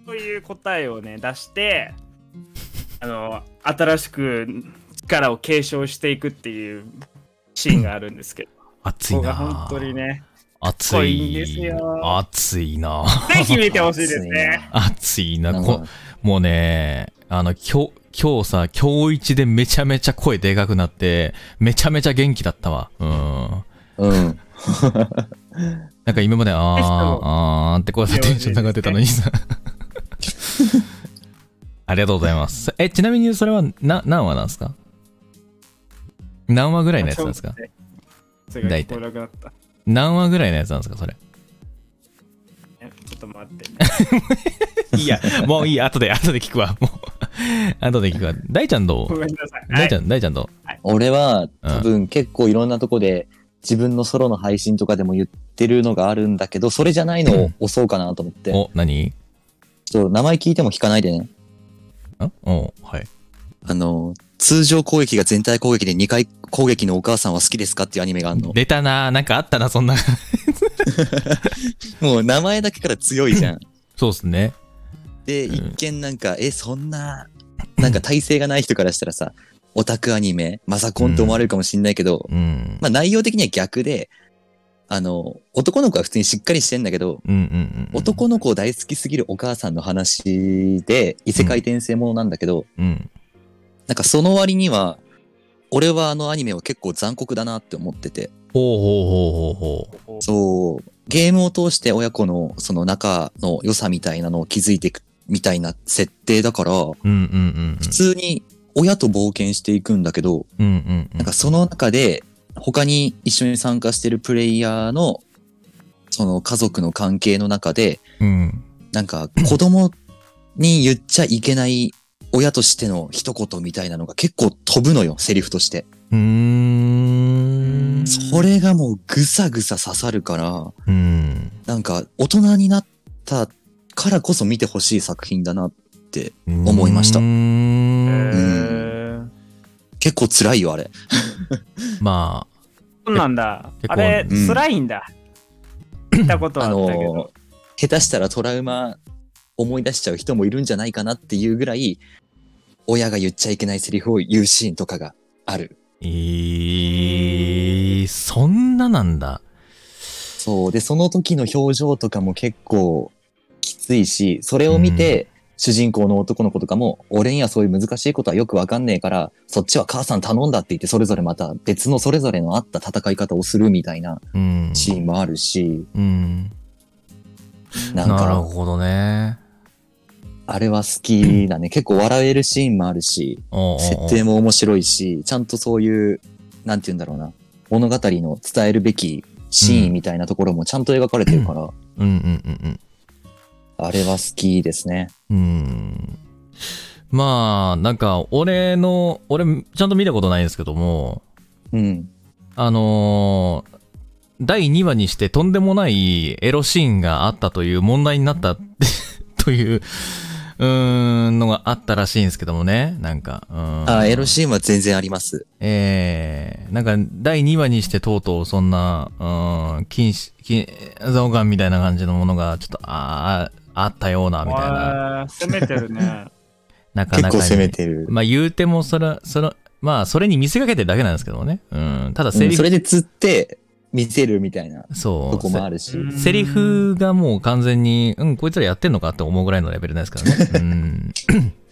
S2: という答えをね、出して、あの、新しく力を継承していくっていうシーンがあるんですけど、
S1: う。熱
S2: こ
S1: い
S2: こが
S1: な。
S2: 本当に。ね、
S1: 熱
S2: かっこいいん
S1: い。
S2: ですよ
S1: 熱いな。
S2: ぜひ見てほしいですね。
S1: 熱いな。
S3: なん
S1: こ
S3: か、
S1: もうね、あの、今日、今日さ、今日一でめちゃめちゃ声でかくなって、めちゃめちゃ元気だったわ。うん。
S3: うん。
S1: なんか今まで、あー、
S2: ぜひとも
S1: あーってこうやってテンション上がってたのに さ。ありがとうございます。え、ちなみにそれは、な、何話なんですか何話ぐらいのやつなんですか
S2: それが聞こえなくなった。
S1: 何話ぐらいのやつなんですかそれ。
S2: ねちょっと待ってね。
S1: いや、もういい、後で、後で聞く わ。もう、後で聞くわ。大ちゃんど
S2: ご
S1: う
S2: めんなさい。
S1: 大ちゃん、大ちゃんどう
S3: 俺は、多分結構いろんなとこで、自分のソロの配信とかでも言ってるのがあるんだけど、それじゃないのを押そうかなと思って。
S1: お、何
S3: ちょっと名前聞いても聞かないでね。
S1: んおはい。
S3: あの、通常攻撃が全体攻撃で2回攻撃のお母さんは好きですかっていうアニメがあるの。
S1: 出たななんかあったな、そんな。
S3: もう 名前だけから強いじゃん。
S1: そうっすね。
S3: で、
S1: うん
S3: 一見なんか、え、そんななんか体勢がない人からしたらさ、オタクアニメ、マサコンって思われるかもしんないけど、
S1: うん。
S3: まあ内容的には逆で、あの、男の子は普通にしっかりしてんだけど、
S1: うんうんうん。
S3: 男の子を大好きすぎるお母さんの話で、異世界転生ものなんだけど、
S1: うん。
S3: なんかその割には、俺はあのアニメは結構残酷だなって思ってて、
S1: ほうほうほうほうほ
S3: そう、ゲームを通して親子のその仲の良さみたいなのを築いていくみたいな設定だから、
S1: う。うんうんうん
S3: 普通に親と冒険していくんだけど、
S1: うん。うんうんうん。
S3: なんかその中で他に一緒に参加してるプレイヤーのその家族の関係の中で、
S1: うん。
S3: なんか子供に言っちゃいけない親としての一言みたいなのが結構飛ぶのよ、セリフとして。
S1: うーん。
S3: それがもうぐさぐさ刺さるから、
S1: うん。
S3: なんか大人になったからこそ見てほしい作品だな。思いました
S1: うー
S2: へ
S1: ん。
S2: ー
S3: 結構辛いよ、あれ。
S1: まあ、
S2: そうなんだ。
S1: 結構
S2: あれ、
S3: うん
S2: 辛いんだ。聞いたことは
S3: あ
S2: あったけど。
S3: の、下手したらトラウマ思い出しちゃう人もいるんじゃないかなっていうぐらい、親が言っちゃいけないセリフを言うシーンとかがある。
S1: えー、そんななんだ。
S3: そう。で、その時の表情とかも結構きついし、それを見て、主人公の男の子とかも、俺にはそういう難しいことはよくわかんねえから、そっちは母さん頼んだって言って、それぞれまた別のそれぞれのあった戦い方をするみたいな
S1: うん。
S3: シーンもあるし、
S1: うん。
S3: なん
S1: なる
S3: か、
S1: ほどね。
S3: あれは好きだね。結構笑えるシーンもあるし、
S1: おうおうおう
S3: 設定も面白いし、ちゃんとそういう、なんて言うんだろうな、物語の伝えるべきシーンみたいなところもちゃんと描かれてるか
S1: う
S3: ら、
S1: んうんうんうん。
S3: あれは好きですね。
S1: うん。まあ、なんか、俺の、俺、ちゃんと見たことないんですけども、
S3: うん。
S1: あのー第2話にしてとんでもないエロシーンがあったという問題になった という、うーん、のがあったらしいんですけどもね、なんか。うん
S3: あ、エロシーンは全然あります。
S1: えー、なんか第2話にしてとうとうそんな、うん、禁止、禁、ザオガンみたいな感じのものがちょっと、あーあったような、みたいな。
S2: あー攻めてるね。
S1: なか
S3: 結
S1: なか
S3: 構
S1: に
S3: 攻めてる。
S1: まあ言うても、それ、それ、まあそれに見せかけてるだけなんですけどもね。うん。ただ
S3: う
S1: セ
S3: ん
S1: リ
S3: そ
S1: フ、
S3: れで釣って見せるみたいな
S1: そう。
S3: とこもあるし。
S2: うん
S1: セリフがもう完全に、うん、こいつらやってんのかって思うぐらいのレベルなんです からね。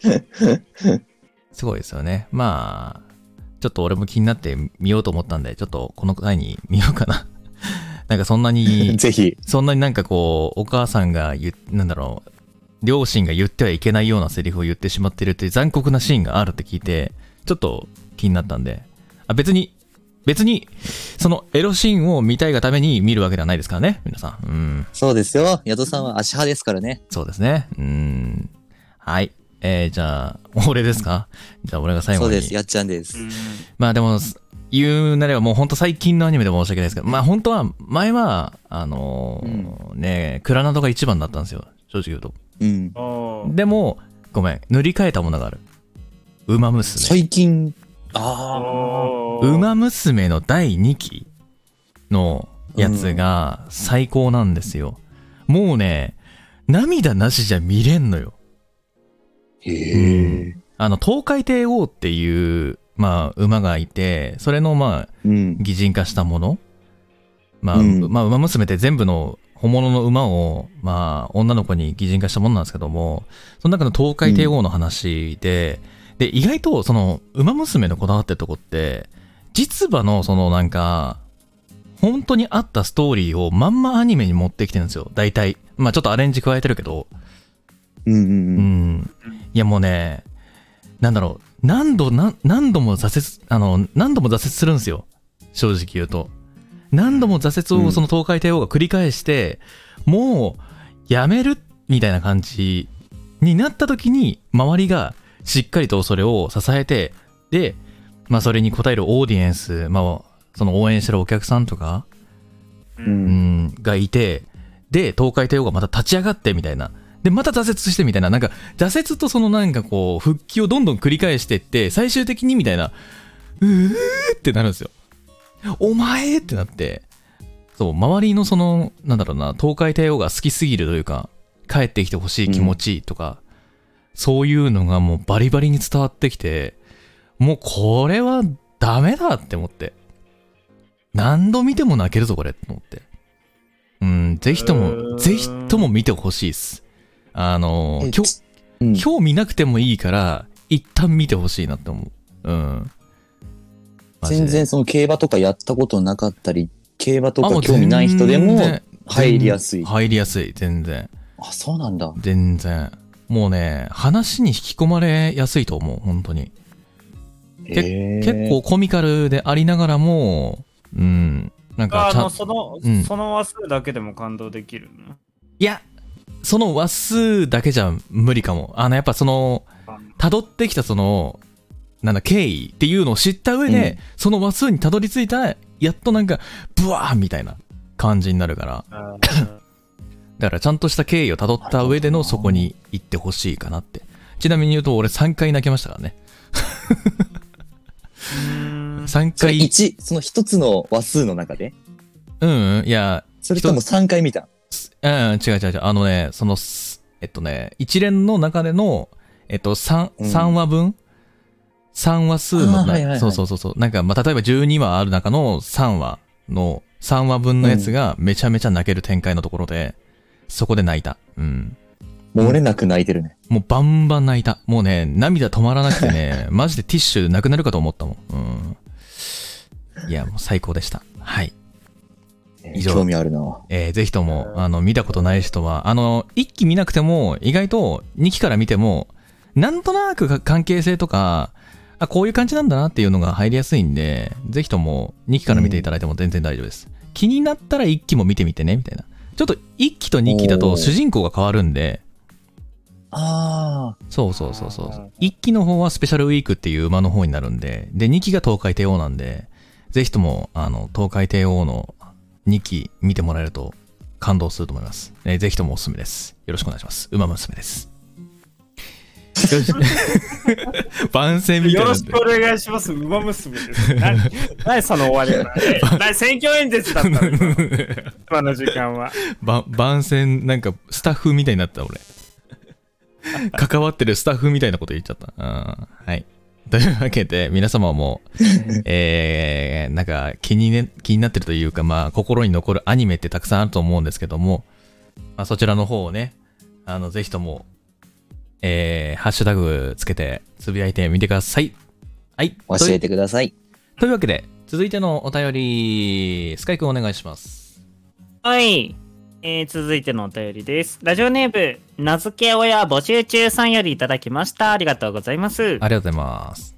S1: うん。すごいですよね。まあ、ちょっと俺も気になって見ようと思ったんで、ちょっとこの回に見ようかな。なんかそんなに、
S3: ぜひ。
S1: そんなになんかこう、お母さんが言う、なんだろう、両親が言ってはいけないようなセリフを言ってしまってるという残酷なシーンがあるって聞いて、ちょっと気になったんで、あ別に、別に、そのエロシーンを見たいがために見るわけではないですからね、皆さん。うん。
S3: そうですよ。ヤドさんは足派ですからね。
S1: そうですね。うーん。はい。えー、じゃあ、俺ですかじゃあ、俺が最
S3: そ
S1: 後
S3: う
S1: に。
S3: です。やっちゃんです。
S1: まあでも、す言うなればもう本当最近のアニメで申し訳ないですけど、まあ本当は、前は、あのーね、クラナドが一番だったんですよ。正直言うと。
S3: うん。
S2: うんおー
S1: でも、ごめん、塗り替えたものがある。ウマ娘。
S3: 最近、ああ。
S2: おー
S1: ウマ娘の第2期のやつが最高なんですよ。もうね、涙なしじゃ見れんのよ。
S3: へえ。
S1: あの、東海帝王っていう、まあ、馬がいて、それの、まあ、
S3: うん。
S1: 擬人化したもの。まあ、
S3: うん
S1: まあ、馬娘って全部の本物の馬を、まあ、女の子に擬人化したものなんですけども、その中の東海帝王の話で、で、意外と、その、馬娘のこだわってるとこって、実馬の、その、なんか、本当にあったストーリーをまんまアニメに持ってきてるんですよ、大体。まあ、ちょっとアレンジ加えてるけど。
S3: うんう
S1: うんん。いやもうね、なんだろう、何度、な何度も挫折、あの、何度も挫折するんですよ。正直言うと。何度も挫折
S3: う
S1: を
S3: ん
S1: その東海帝王が繰り返して、もう、やめる、みたいな感じになった時に、周りがしっかりとそれを支えて、で、まあそれに応えるオーディエンス、まあ、その応援してるお客さんとか、
S3: う。
S1: うんん、がいて、で、東海帝王がまた立ち上がってみたいな。で、また挫折してみたいな。なんか、挫折とそのなんかこう、復帰をどんどん繰り返してって、最終的にみたいな、うーってなるんですよ。お前ってなって、そう、周りのその、なんだろうな、東海帝王が好きすぎるというか、帰ってきてほしい気持ちとか、そういうのがもうバリバリに伝わってきて、もうこれはダメだって思って。何度見ても泣けるぞ、これって思って。うん、ぜひと
S2: うー
S1: も、
S2: ん
S1: ぜひとも見てほしいっす。あの、
S3: え
S1: 今日、
S3: うん
S1: 今日見なくてもいいから、一旦見てほしいなって思う。うん。マジで
S3: 全然その競馬とかやったことなかったり、競馬と
S1: あも
S3: か
S1: う
S3: 興味ない人で
S1: 全
S3: も
S1: 然
S3: 入りやすい。
S1: 入りやすい、全然。
S3: あ、そうなんだ。
S1: 全然。もうね、話に引き込まれやすいと思う、本当に。け
S3: へー
S1: 結構コミカルでありながらも、うん、なんか
S2: あ
S1: ちゃ
S2: の
S1: ん、
S2: その、
S1: うん
S2: その話数だけでも感動できるの
S1: いや、その話数だけじゃ無理かも。あの、やっぱその、辿ってきたその、なんだ、経緯っていうのを知った上で、
S3: う
S1: その話数にたどり着いたら、やっとなんか、ブワーみたいな感じになるから。
S2: あー
S1: だからちゃんとした経緯をたどった上でのそこに行ってほしいかなって。ちなみに言うと俺3回泣きましたからね。
S2: うーん
S1: 3
S3: それ
S1: 回。
S3: 1、その一つの話数の中で
S1: うん、うん、いや、
S3: それとも3回見た。
S1: うん、違う違う違う。あのね、その、すえっとね、一連の中での、えっと、3、
S3: うん
S1: 三話分、三話数
S3: あ
S1: の
S3: ーはいはいは
S1: な、
S3: い
S1: そうそうそうそう。なんか、まあ、例えば12話ある中の3話の、3話分のやつがめちゃめちゃ泣ける展開のところで、そこで泣いた。うん。
S3: 漏れなく泣いてるね。
S1: もうバンバン泣いた。もうね、涙止まらなくて ね、マジでティッシュなくなるかと思ったもん。うん。いや、もう最高でした。はい。
S3: え
S1: 以
S3: ー
S1: 上
S3: 興味あるな。
S1: えーぜひとも、あの、見たことない人は、あの、1期見なくても、意外と2期から見ても、なんとなくか関係性とか、あ、こういう感じなんだなっていうのが入りやすいんで、ぜひとも2期から見ていただいても全然大丈夫です。気になったら1期も見てみてね、みたいな。ちょっと1期と2期だ
S3: お
S1: と
S3: ー
S1: 主人公が変わるんで、
S3: ああ、
S1: そうそうそうそう
S2: あー。
S1: 1期の方はスペシャルウィークっていう馬の方になるんで、で、2期が東海帝王なんで、ぜひとも、あの、東海帝王の2期見てもらえると感動すると思います。えーぜひともおすすめです。よろしくお願いします。馬 娘です。よろしく。 番宣みた
S2: よ
S1: い
S2: ろ
S1: なん
S2: し
S1: で
S2: くお。願いします。馬娘です。何、何その終わり 方。何、選挙演説だったの今の今の時間は。
S1: ば番宣、なんか、スタッフみたいになっ た、俺。関わってるスタッフみたいなこと言っちゃった。うん。はい。というわけで、皆 様も、えー、なんか気に、ね、気になってるというか、まあ、心に残るアニメってたくさんあると思うんですけども、まあ、そちらの方をね、あの、ぜひとも、えー、ハッシュタグつけて、つぶやいてみてください。はい。
S3: 教
S1: とい
S3: えてください。
S1: というわけで、続いてのお便り、スカイくんお願いします。
S2: はい、えー続いてのお便りです。ラジオネーム、名付け親募集中さんよりいただきました。ありがとうございます。
S1: ありがとうございます。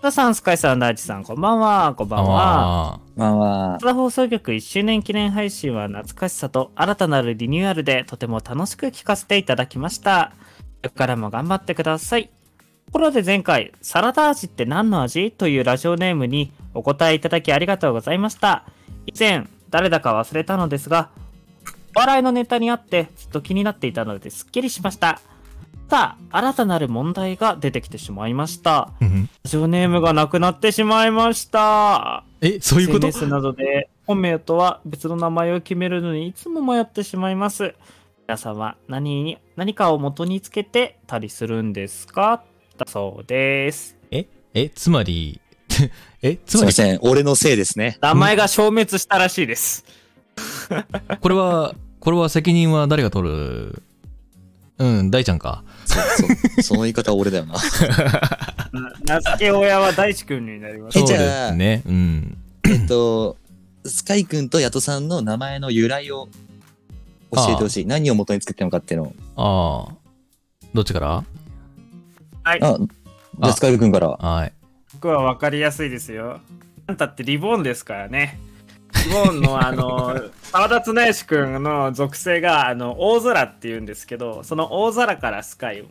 S2: ふたさん、スカイさん、ダーチさん、こんばんは。こんばんは。
S1: あー
S3: まあまあ
S2: 松田放送局1周年記念配信は懐かしさと新たなるリニューアルでとても楽しく聞かせていただきました。これからも頑張ってください。ところで前回、サラダ味って何の味というラジオネームにお答えいただきありがとうございました。以前、誰だか忘れたのですが、お笑いのネタにあってずっと気になっていたのですっきりしました。ただ、新たなる問題が出てきてしまいました。
S1: うん
S2: ラジオネームがなくなってしまいました。
S1: え、そういうこと
S2: SNS などで本名とは別の名前を決めるのにいつも迷ってしまいます。皆さんは何に何かを元につけてたりするんですかだそうです。
S1: ええ、つまり、 え、つ
S3: すい
S1: ま
S3: ま
S1: り、
S3: せん。俺のせいですね。
S2: 名前が消滅したらしいです。
S1: これは、これは責任は誰が取るうん、大ちゃんか。
S3: そうそう その言い方は俺だよな。
S2: な名付け親は大地君になりま
S3: え
S2: す。
S1: そう
S3: じゃあ
S1: ですね。うん。
S3: えっと、スカイ君とヤトさんの名前の由来を教えてほしい。何を元に作ったのかっていうのを。
S1: ああ。どっちから
S2: はい、
S3: あ、じゃ
S1: あ
S3: あスカイ君から。
S1: はい。
S2: 僕は分かりやすいですよ。あんたってリボンですからね。リボンのあ の沢田綱吉君の属性があの大空っていうんですけど、その大空からスカイを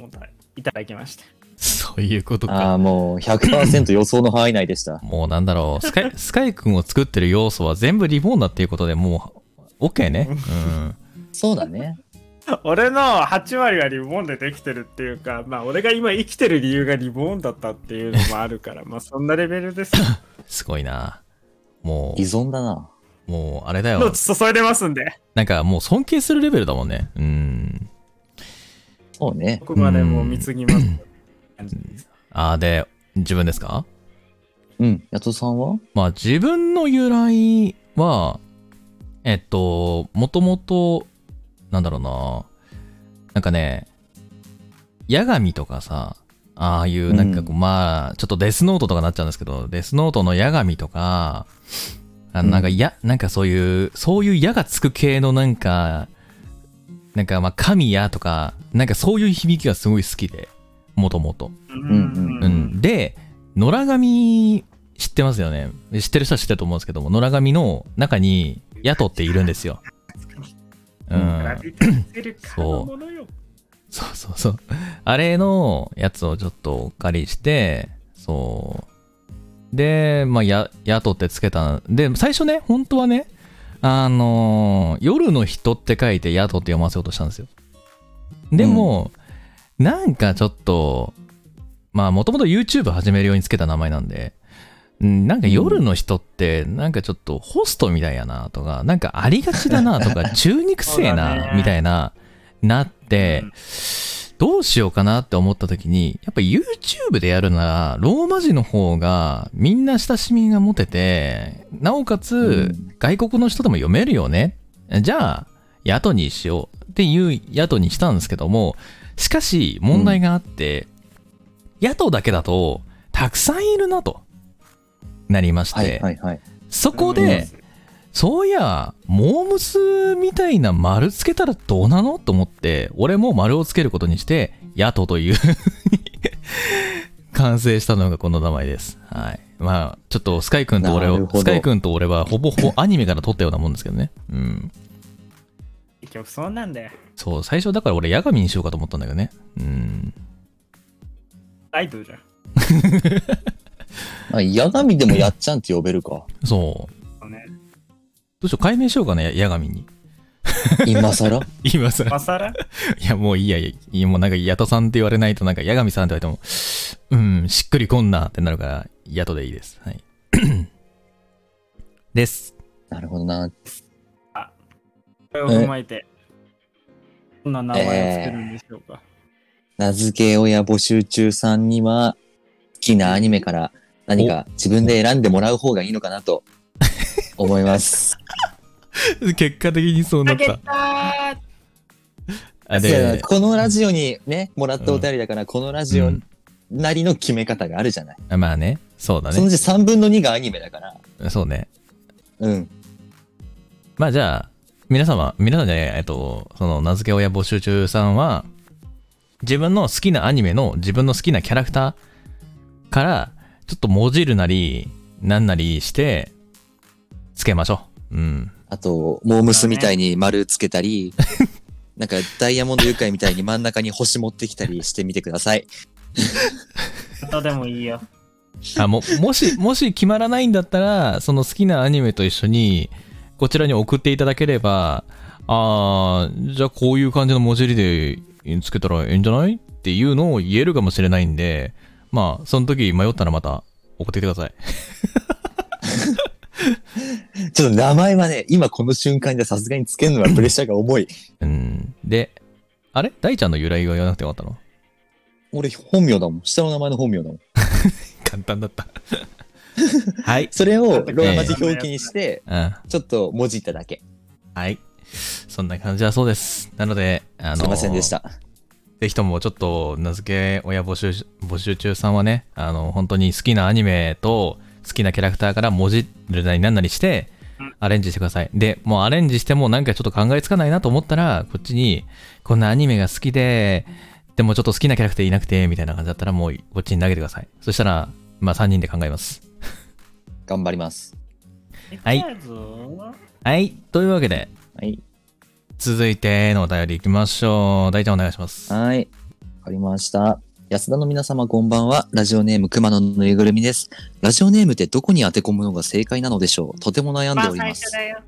S2: いただきました。
S1: そういうこと
S3: あ
S1: か。
S3: あ、もう100%予想の範囲内 でした。
S1: もうなんだろう、スカイ、 スカイ君を作ってる要素は全部リボーンだっていうことでもう、OK ね。うん。
S3: そうだね。
S2: 俺の8割はリボンでできてるっていうか、まあ俺が今生きてる理由がリボンだったっていうのもあるから、まあそんなレベルです。
S1: すごいな。も
S3: 依存だな。
S1: う、もう、あれだよ。
S2: の注いでますんで。
S1: なんかもう尊敬するレベルだもんね。うん。
S3: そうね。
S2: ここまでもう貢ぎます。感じです
S1: あーで、自分ですか
S3: うん。やとさんは
S1: まあ自分の由来は、えっと、もともと、なんだろうな、なんかね、八神とかさ、ああいう、なんかこう、まあ、ちょっとデスノートとかなっちゃうんですけど、デスノートの八神とか、あのなんか、や、なんかそういう、そういう矢がつく系のなんか、なんかまあ、神矢とか、なんかそういう響きがすごい好きで、もともと。
S2: うん
S3: ん
S1: う。ん、で野良神知ってますよね知ってる人は知ってると思うんですけども野良神の中に野党っているんですよ、う
S2: ラ
S1: ん、
S2: ビタつけるか
S1: そう
S2: のものよ。
S1: そうそうそうあれのやつをちょっとお借りしてそうでまあや野党ってつけたで最初ね本当はねあのー夜の人って書いて野党って読ませようとしたんですよでも、なんかちょっとまあもともと YouTube 始めるようにつけた名前なんで、うんなんか夜の人ってなんかちょっとホストみたいやなとか、なんかありがちだなと か、中肉性え
S2: そうだ
S1: な
S2: ね
S1: みたいな、なって
S2: うん、
S1: どうしようかなって思った時に、やっぱ YouTube でやるなら、ローマ字の方がみんな親しみが持てて、なおか
S3: う
S1: つ
S3: ん
S1: 外国の人でも読めるよね。じゃあ、ヤトにしようっていうヤトにしたんですけども、しかし問題があって、野党だけだとたくさんいるなとなりまして、
S3: はいはいはい。
S1: そこ
S2: うん
S1: で、そういやモームスみたいな丸つけたらどうなのと思って俺も丸をつけることにして野党という完成したのがこの名前ですはいまあちょっとスカイ君と俺
S3: なる
S1: を
S3: ほど
S1: スカイ君と俺はほぼほぼアニメから撮ったようなもんですけどねうん
S2: 結局そうなんだよ。
S1: そう最初だから俺ヤガミにしようかと思ったんだけどねうん
S2: アイドルじゃん。
S3: まあ、矢神でもやっちゃんって呼べる か。
S1: そう
S2: そうね、
S1: どうしよう解明しようかねヤガミに
S3: 今更
S1: 今さ
S2: マサラ
S1: いや、もういいや、いや、もうなんか、ヤトさんって言われないと、なんか、ヤガミさんって言われても、うん、しっくりこんなってなるから、ヤトでいいです。はい。です。
S3: なるほどな。
S2: これを踏まえて、どんな名前をつけるんでしょうか。
S3: 名付け親募集中さんには、好きなアニメから何か自分で選んでもらう方がいいのかなと思います。
S1: 結果的にそうなった。
S2: た
S1: あ
S3: いや
S1: で、
S3: このラジオにね、もらったお便りだから、このラジオなりの決め方があるじゃない。
S1: うんまあね、そうだ
S3: そのう
S1: ね。
S3: ち3分の2がアニメだから。
S1: そうね。
S3: うん。
S1: まあじゃあ、皆様、皆様じゃねえ、えっと、その、名付け親募集中さんは、自分の好きなアニメの自分の好きなキャラクターから、ちょっともじるなり、なんなりして、つけましょう。うん。
S3: あと、モームスみたいに丸つけたり、なんかダイヤモンド愉快みたいに真ん中に星持ってきたりしてみてください。
S2: どうでもいいよ。
S1: あも もしもし決まらないんだったらその好きなアニメと一緒にこちらに送っていただければあーじゃあこういう感じの文字入りでつけたらいいんじゃないっていうのを言えるかもしれないんでまあその時迷ったらまた送ってきてください
S3: ちょっと名前はね、今この瞬間じゃさすがにつけるのはプレッシャーが重い。
S1: うんであれ大ちゃんの由来が言わなくてよかったの
S3: 俺本名だもん。下の名前の本名だもん。
S1: 簡単だった はい
S3: それをローマ字表記にして、
S1: うん
S3: ちょっと文字っただけ。
S1: はいそんな感じだそうですなのであの
S3: すいませんでした。
S1: ぜひともちょっと名付け親募集し募集中さんはね、あの、本当に好きなアニメと好きなキャラクターから文字るなりなんなりして
S2: うん、
S1: アレンジしてください。で、もうアレンジしてもなんかちょっと考えつかないなと思ったら、こっちに、こんなアニメが好きで、でもちょっと好きなキャラクターいなくて、みたいな感じだったらもうこっちに投げてください。そしたら、まあ3人で考えます。
S3: 頑張ります。
S1: はい
S2: 行くぞ
S1: はい。というわけで、
S3: はい。
S1: 続いてのお便りいきましょう。大ちゃんお願いします。
S3: はい。わかりました。安田の皆様こんばんは。ラジオネーム熊野のぬいぐるみです。ラジオネームってどこに当て込むのが正解なのでしょうとても悩んでおります。
S2: よ。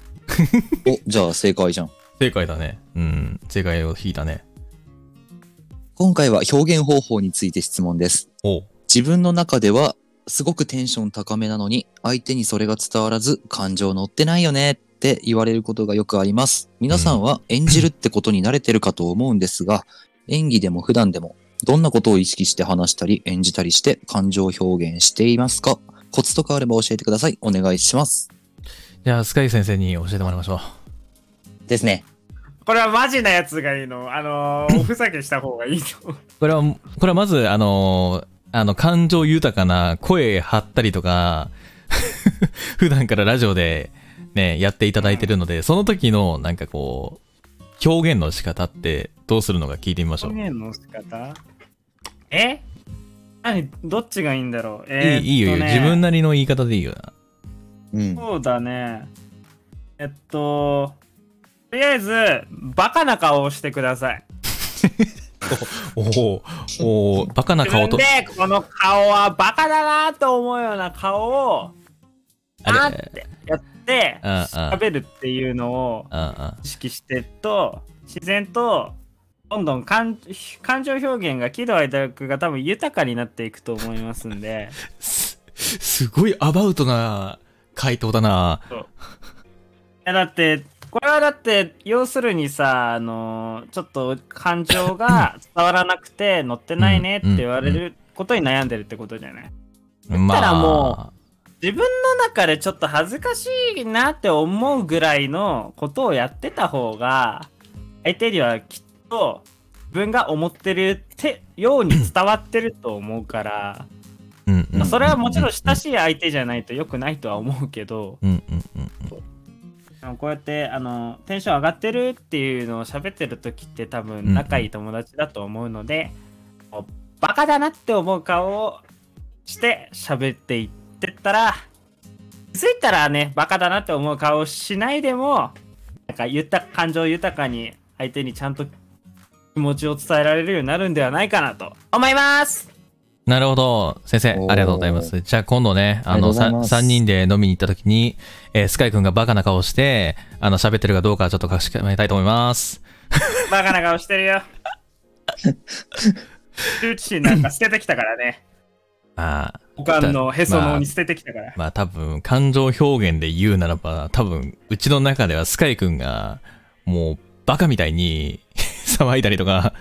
S3: お、じゃあ正解じゃん。
S1: 正解だね。うん。正解を引いたね。
S3: 今回は表現方法について質問です。
S1: おう
S3: 自分の中ではすごくテンション高めなのに相手にそれが伝わらず感情乗ってないよねって言われることがよくあります皆さんは演じるってことに慣れてるかと思うんですが、演技でも普段でも、どんなことを意識して話したり演じたりして感情表現していますかコツとかあれば教えてください。お願いします。
S1: じゃあ、スカイ先生に教えてもらいましょう。
S3: ですね。
S2: これはマジなやつがいいの。あの ー、おふざけした方がいいの。
S1: これは、これはまず、あの、あの、感情豊かな声張ったりとか、 普段からラジオでね、やっていただいてるので、その時の、なんかこう、表現の仕方ってどうするのか聞いてみましょう。
S2: 表現の仕方え何どっちがいいんだろう
S1: い
S2: えーっとね
S1: いいいよいいよ、自分なりの言い方でいいよな。
S3: うん。
S2: そうだね。えっと、とりあえず、バカな顔をしてください。
S1: おおおおバカな
S2: 自
S1: 顔
S2: 分
S1: と
S2: で、、この顔はバカだなと思うような顔を、あ
S1: あ
S2: ーっ
S1: れ、
S2: てやって、
S1: うんうん
S2: 喋るっていうのを
S1: うんうん。
S2: 意識してると、自然と、どんどん感感情表現が喜怒哀楽が多分豊かになっていくと思いますんで。
S1: す、すごいアバウトな回答だな。
S2: いやだってこれはだって要するにさあのーちょっと感情が伝わらなくて乗ってないねって言われ
S1: うん
S2: ることに悩んでるってことじゃない
S1: ま
S2: たら
S1: あ
S2: も、自分の中でちょっと恥ずかしいなって思うぐらいのことをやってた方が相手にはきっと自分が思ってるってように伝わってると思うから、
S1: うんうん
S2: まあそれはもちろん親しい相手じゃないと良くないとは思うけど、
S1: うんうんうん
S2: あのこうやってあのテンション上がってるっていうのを喋ってる時って多
S1: うん
S2: 分仲いい友達だと思うので、こうバカだなって思う顔をして喋っていってったら気づいたらねバカだなって思う顔をしないでもなんか豊感情豊かに相手にちゃんと気持ちを伝えられるようになるんではないかなと思います
S1: なるほど。先生、あ
S3: お
S1: り
S3: ー
S1: がとうございます。じゃあ今度ね、あ
S3: あり
S1: の、
S3: がとうござい
S1: さ
S3: ます
S1: 3人で飲みに行った時に、えースカイ君がバカな顔して、あの、喋ってるかどうかちょっと確かめたいと思います。
S2: バカな顔して るよ羞恥心なんか捨ててきたから ね
S1: ああ、
S2: おかんのへその緒に
S1: まあ
S2: 捨ててきたから、
S1: まあ多分、感情表現で言うならば、多分、うちの中ではスカイ君が、もう、バカみたいに 騒いだりとか、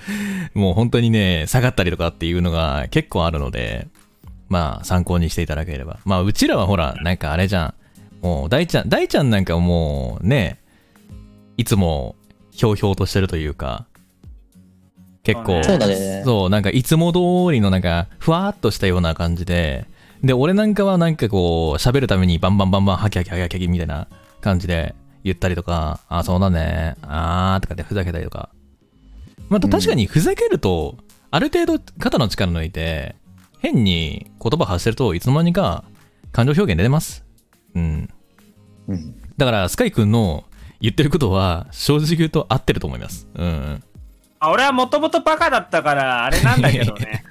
S1: もう本当にね、下がったりとかっていうのが結構あるので、まあ、参考にしていただければ。まあ、うちらはほら、なんかあれじゃん。もう、大ちゃん、大ちゃんなんかもう、ね、いつも、ひょうひょうとしてるというか、結構、
S3: そうだね。
S1: そう、なんかいつも通りのなんか、ふわーっとしたような感じで、で、俺なんかはなんかこう、喋るためにバンバンバンバン、ハキハキハキハキみたいな感じで言ったりとか、あ、そうだね、あーとかでふざけたりとか。また
S3: うん
S1: 確かにふざけると、ある程度肩の力抜いて、変に言葉発してるといつの間にか感情表現出てます。うん。
S3: うん。
S1: だから、スカイ君の言ってることは、正直言うと合ってると思います。うん。
S2: あ俺はもともとバカだったからあれなんだけどね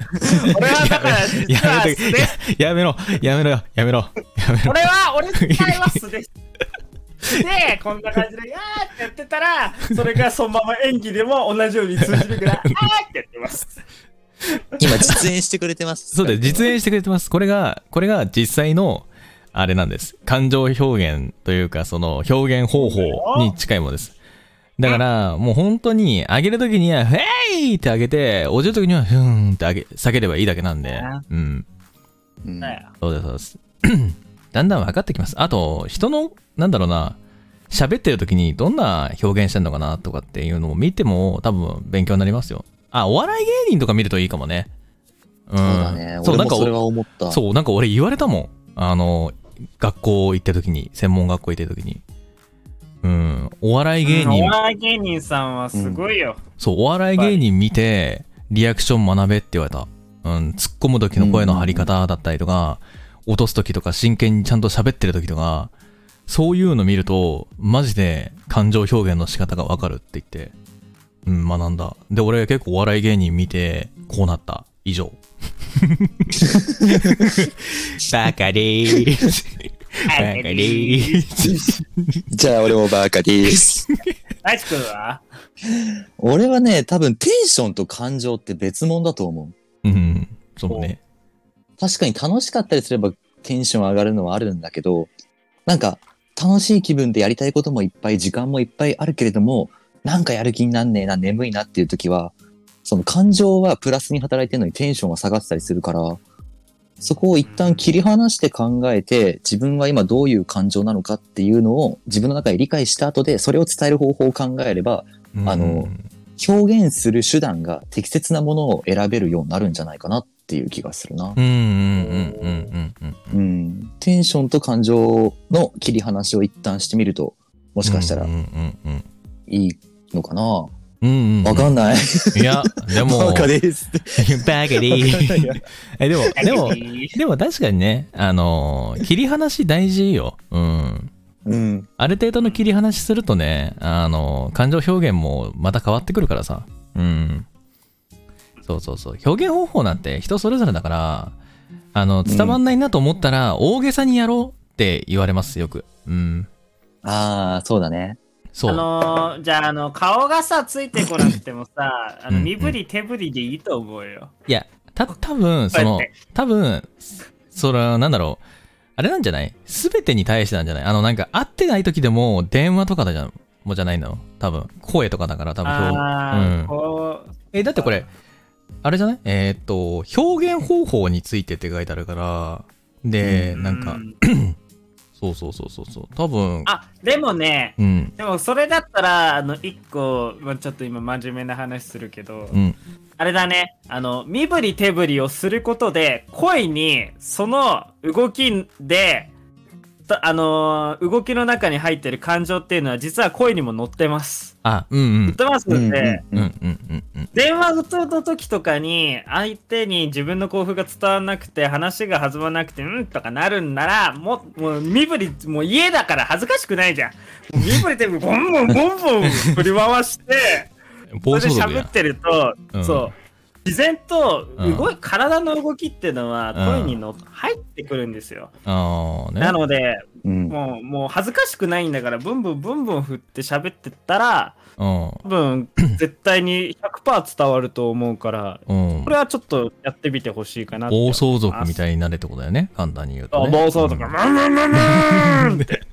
S2: 俺はだから実は
S1: やめ
S2: 素
S1: て
S2: で
S1: ややめろ、やめろよ、やめろ、やめろ。
S2: 俺は俺自体は素ででこんな感じで「あー」ってやってたらそれがそのまま演技でも同じように通じるから「あー」ってやってます
S3: 今実演してくれてます。
S1: そうです、実演してくれてます。これが、これが実際の、あれなんです。感情表現というか、その表現方法に近いものです。だから、もう本当に、上げるときには、フェイって上げて、落ちるときには、ふーんって上げ、下げればいいだけなんで、うん。
S3: うん。
S2: ね
S1: そうです、そうです。 だんだん分かってきます。あと、人の、なんだろうな、喋ってる時にどんな表現してんのかなとかっていうのを見ても多分勉強になりますよ。あ、お笑い芸人とか見るといいかもね。うん。
S3: そうだね。
S1: そう、
S3: 俺
S1: なん
S3: も
S1: か
S3: それは思った。う。
S1: そう、なんか俺言われたもん。あの、学校行った時に、専門学校行った時に。うん、お笑い芸人
S2: お、笑い芸人さんはすごいよ、
S1: そう、お笑い芸人見て、リアクション学べって言われた。うん、突っ込む時の声の張り方だったりとか、落とす時とか、真剣にちゃんと喋ってる時とか、そういうの見ると、マジで感情表現の仕方がわかるって言って、うん、学んだ。で、俺結構お笑い芸人見て、こうなった。以上。バカでーす。バカでーす。
S3: じゃあ俺もバカです。
S2: 大地君は
S3: 俺はね、多分テンションと感情って別物だと思う。
S1: うん、そうね。
S3: 確かに楽しかったりすればテンション上がるのはあるんだけど、なんか楽しい気分でやりたいこともいっぱい、時間もいっぱいあるけれども、なんかやる気になんねえな、眠いなっていう時は、その感情はプラスに働いてるのにテンションが下がってたりするから、そこを一旦切り離して考えて、自分は今どういう感情なのかっていうのを自分の中で理解した後で、それを伝える方法を考えれば、
S1: うん
S3: あの表現する手段が適切なものを選べるようになるんじゃないかなっていう気がするな
S1: う。んうんうんうんうんうん
S3: うん。テンションと感情の切り離しを一旦してみると、も
S1: も
S3: しかしたら
S1: うん
S3: い
S1: うんうん
S3: いのかなわ、
S1: うんうんうん
S3: かんない。
S1: いやでも
S3: バカです。
S1: バカでいい えでもでも
S2: はい
S1: でも確かにねあのー切り離し大事ようん
S3: うん。
S1: ある程度の切り離しするとね、あの、感情表現もまた変わってくるからさ。うん。そうそうそう。表現方法なんて人それぞれだから、あの、伝わんないなと思ったら、大げさにやろうって言われます、よく。うん。
S3: ああ、そうだね。
S1: そう。
S2: あのー、じゃあ、あの、顔がさ、ついてこなくてもさ、あの
S1: うん
S2: 身振り手振りでいいと思うよ。
S1: いや、た、多 分そ
S2: こ
S1: の
S2: うやっ、
S1: 多分それは、なんだろう。あれなんじゃないすべてに対してなんじゃないあの、なんか、会ってない時でも、電話とかだじゃん、もうじゃないの多分声とかだから、多分表
S2: ああ、
S1: うん
S2: こう、
S1: えだってこれあれじゃないえーっと表現方法についてって書いてあるからで、なん
S2: う
S1: かそうそうそうそうそう多分
S2: あ、でもね、
S1: うん
S2: でもそれだったら、あの、一個、まあ、ちょっと今真面目な話するけど、
S1: うん
S2: あれだね、あの、身振り手振りをすることで、声に、その動きで、とあのー動きの中に入ってる感情っていうのは、実は声にも乗ってます。
S1: あうん
S2: 乗っ
S1: うん
S2: てます
S3: う
S2: ので、
S3: ん
S1: うん
S3: うん
S1: うんうんうん
S2: 電話の時とかに相手に自分の興奮が伝わらなくて話が弾まなくてうんとかなるんならもうもう身振りもう家だから恥ずかしくないじゃんもう身振りでボンボンボンボン振り回してそ
S1: 暴
S2: れで
S1: 走族
S2: 喋
S1: や
S2: ってると、
S1: うん
S2: そう自然と
S1: うん
S2: 動い、体の動きっていうのは
S1: うん
S2: 声にの、入ってくるんですよ、
S1: ああね
S2: なので
S3: うん。
S2: もうもう恥ずかしくないんだからブンブンブンブン振って喋ってったら
S1: う
S2: 多 分絶対に100%伝わると思うから
S1: んうん
S2: これはちょっとやってみてほしいかなって
S1: 暴走族みたいになれってことだよね簡単に言う
S2: あ
S1: と、ね、
S2: 暴走族、ムンムンムンムーン って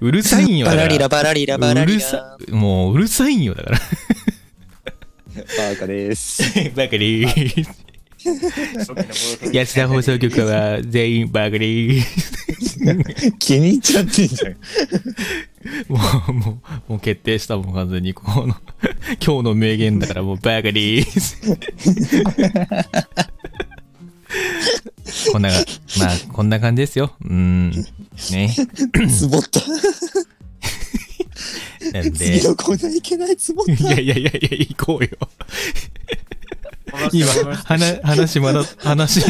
S1: うるさいんよ
S4: バ
S1: だ
S4: ラ
S1: か
S4: リラ
S1: ら
S4: バ
S1: う
S4: ラリラバラリ
S1: る
S4: ラ。
S1: さもううるさいんよだから
S3: バカ です。
S1: バカリー安田放送局は全員バカリー
S3: 気に入っちゃってんじゃん。
S1: もう、もう、もう決定したもん、完全に。この、今日の名言だから、もう、バカリーこんな、まあ、こんな感じですよ。うん。ね。
S3: つぼった。
S1: なんで、い
S3: 次のコーナーいけないつぼった。
S1: やいやいやいや、行こうよ。今、話、話まだ、話、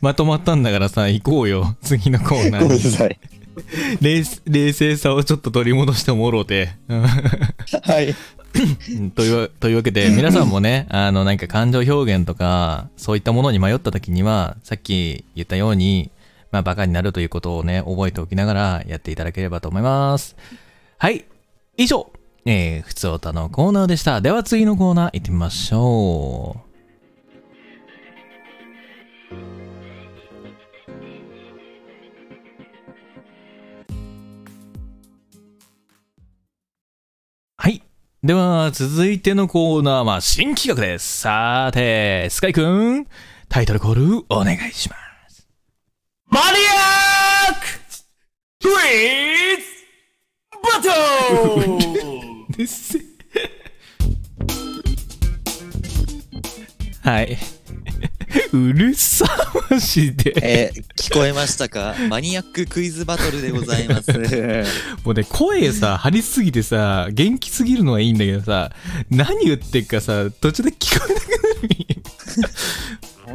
S1: まとまったんだからさ、行こうよ。次のコーナ
S3: ごめん
S1: ー
S3: な
S1: に。
S3: さい。
S1: 冷冷静さをちょっと取り戻してもろうて。うん
S3: はい。
S1: うんというわというわけで皆さんもねあのなんか感情表現とかそういったものに迷った時にはさっき言ったように、まあ、バカになるということをね覚えておきながらやっていただければと思いますはい以上えー、ふつおたのコーナーでしたでは次のコーナー行ってみましょうはいでは、続いてのコーナーは新企画です。さーて、スカイくん、タイトルコールお願いします。
S2: マニアッククイズバ トル
S1: はい。 うるさましで。
S3: えー聞こえましたかマニアッククイズバトルでござ います。
S1: もうね、声さ、張りすぎてさ、元気すぎるのはいいんだけどさ、何言ってっかさ、途中で聞こえなくなる。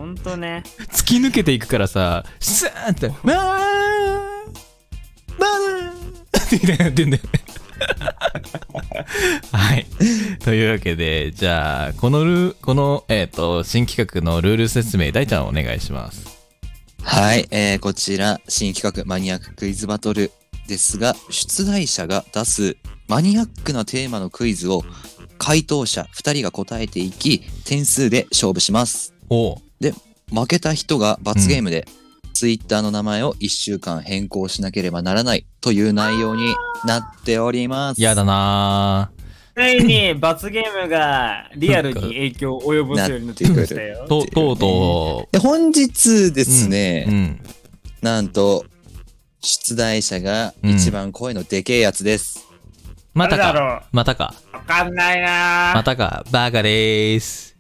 S2: ほんとね。
S1: 突き抜けていくからさ、スーって、わーわーってやってんだよね。 はい。というわけで、じゃあ、このルー、この、えっ、と、新企画のルール説明、大ちゃんお願いします。
S3: はい、えーこちら、新企画マニアッククイズバトルですが、出題者が出すマニアックなテーマのクイズを、回答者2人が答えていき、点数で勝負します。
S1: おう
S3: 負けた人が罰ゲームで、ツイッターの名前を1週間変更しなければならないという内容になっております。
S1: やだなー
S2: ついに罰ゲームがリアルに影響を及ぼすようになってきましたよ。
S1: と、とうと
S3: で本日ですね
S1: う、、うん。
S3: なんと、出題者が一番声のでけえやつです。
S1: また
S2: 誰だ
S1: か。
S2: ろ
S1: またか。
S2: うわかんないな
S1: ま
S2: ぁ。
S1: たか。バカでーす。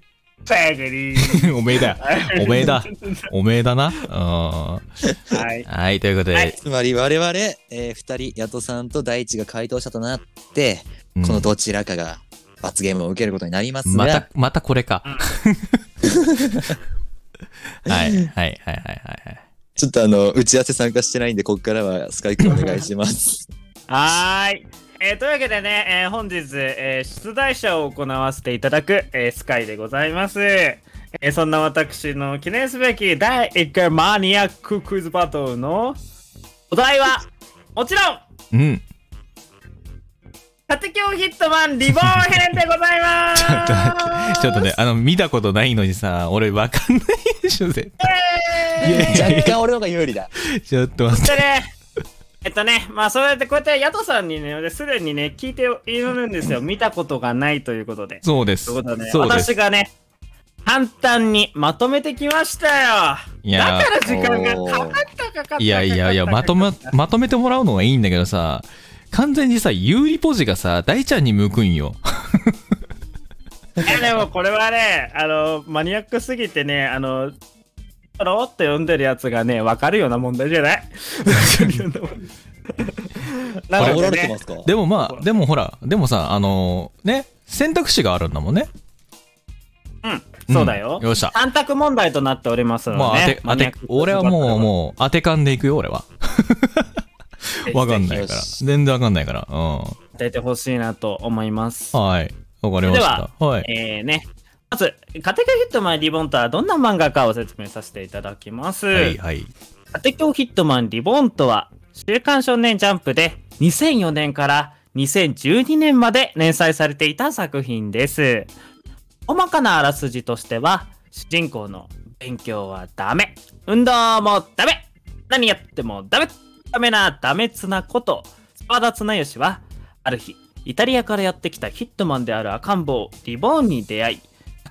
S2: ペグリー。
S1: おめえだ。おめ えだ。おめえだな。うん。
S2: はい。
S1: はい、ということで、
S2: はい
S3: つまり我々、えー、2人、ヤトさんと大地が回答者となって、
S1: うん
S3: このどちらかが罰ゲームを受けることになりますが、
S1: また、またこれか。 はい、はい、はい、はい、はい。
S3: ちょっとあの、打ち合わせ参加してないんで、ここからはスカイ君お願いします。
S2: はーい。えーというわけでね、えー本日、えー出題者を行わせていただく、えースカイでございます。えーそんな私の記念すべき第1回マニアッククイズバトルのお題は、もちろん、
S1: うん。
S2: 縦鏡ヒットマンリボーン編でございます
S1: ちょっと待って、ちょっとね、あの、見たことないのにさ、俺わかんないでしょ、絶対。
S3: 若干俺の方が有利だ。
S1: ちょっと待って。
S2: それで、えっとね、まあ、そうやってこうやって、ヤトさんにね、すでにね、聞いているんですよ。見たことがないということで。
S1: そうです。
S2: という
S1: そ
S2: ことはね、
S1: うです。
S2: 私がね、簡単にまとめてきましたよ。
S1: いや
S2: だから時間
S3: お
S2: が
S3: ー
S2: かかったかかった。
S1: いやいやいや、まとめ、まとめてもらうのはいいんだけどさ、完全にさ、有利ポジがさ、大ちゃんに向くんよ。
S2: いやでもこれはね、あの、マニアックすぎてね、あの、ロロって読んでるやつがね、わかるような問題じゃ ないな
S3: あ、
S2: ので
S3: おられて
S2: ね
S3: ますか
S1: でもまあ、でもほら、でもさ、あのね、選択肢があるんだもんね。
S2: うん、そうだよ。
S1: よっしゃ。
S2: 三択問題となっておりますの
S1: まあ、当
S2: で
S1: て
S2: ね、。
S1: 当て、俺はもう、もう、当て勘でいくよ、俺 は。
S2: う
S1: わかんない
S3: ぜ
S1: から。
S3: ひ
S1: 全然わかんないから。う
S2: 出てほしいなと思います。
S1: ん。はい。わかりました。はい。
S2: えーね、まず、カテキョヒットマンリボンとはどんな漫画かを説明させていただきます。
S1: はい、はい。
S2: カテキョヒットマンリボンとは、週刊少年ジャンプで2004年から2012年まで連載されていた作品です。細かなあらすじとしては、主人公の勉強はダメ、運動もダメ、何やってもダメ、ダメなダメツなこと、沢田綱吉は、ある日、イタリアからやってきたヒットマンである赤ん坊、リボーンに出会い、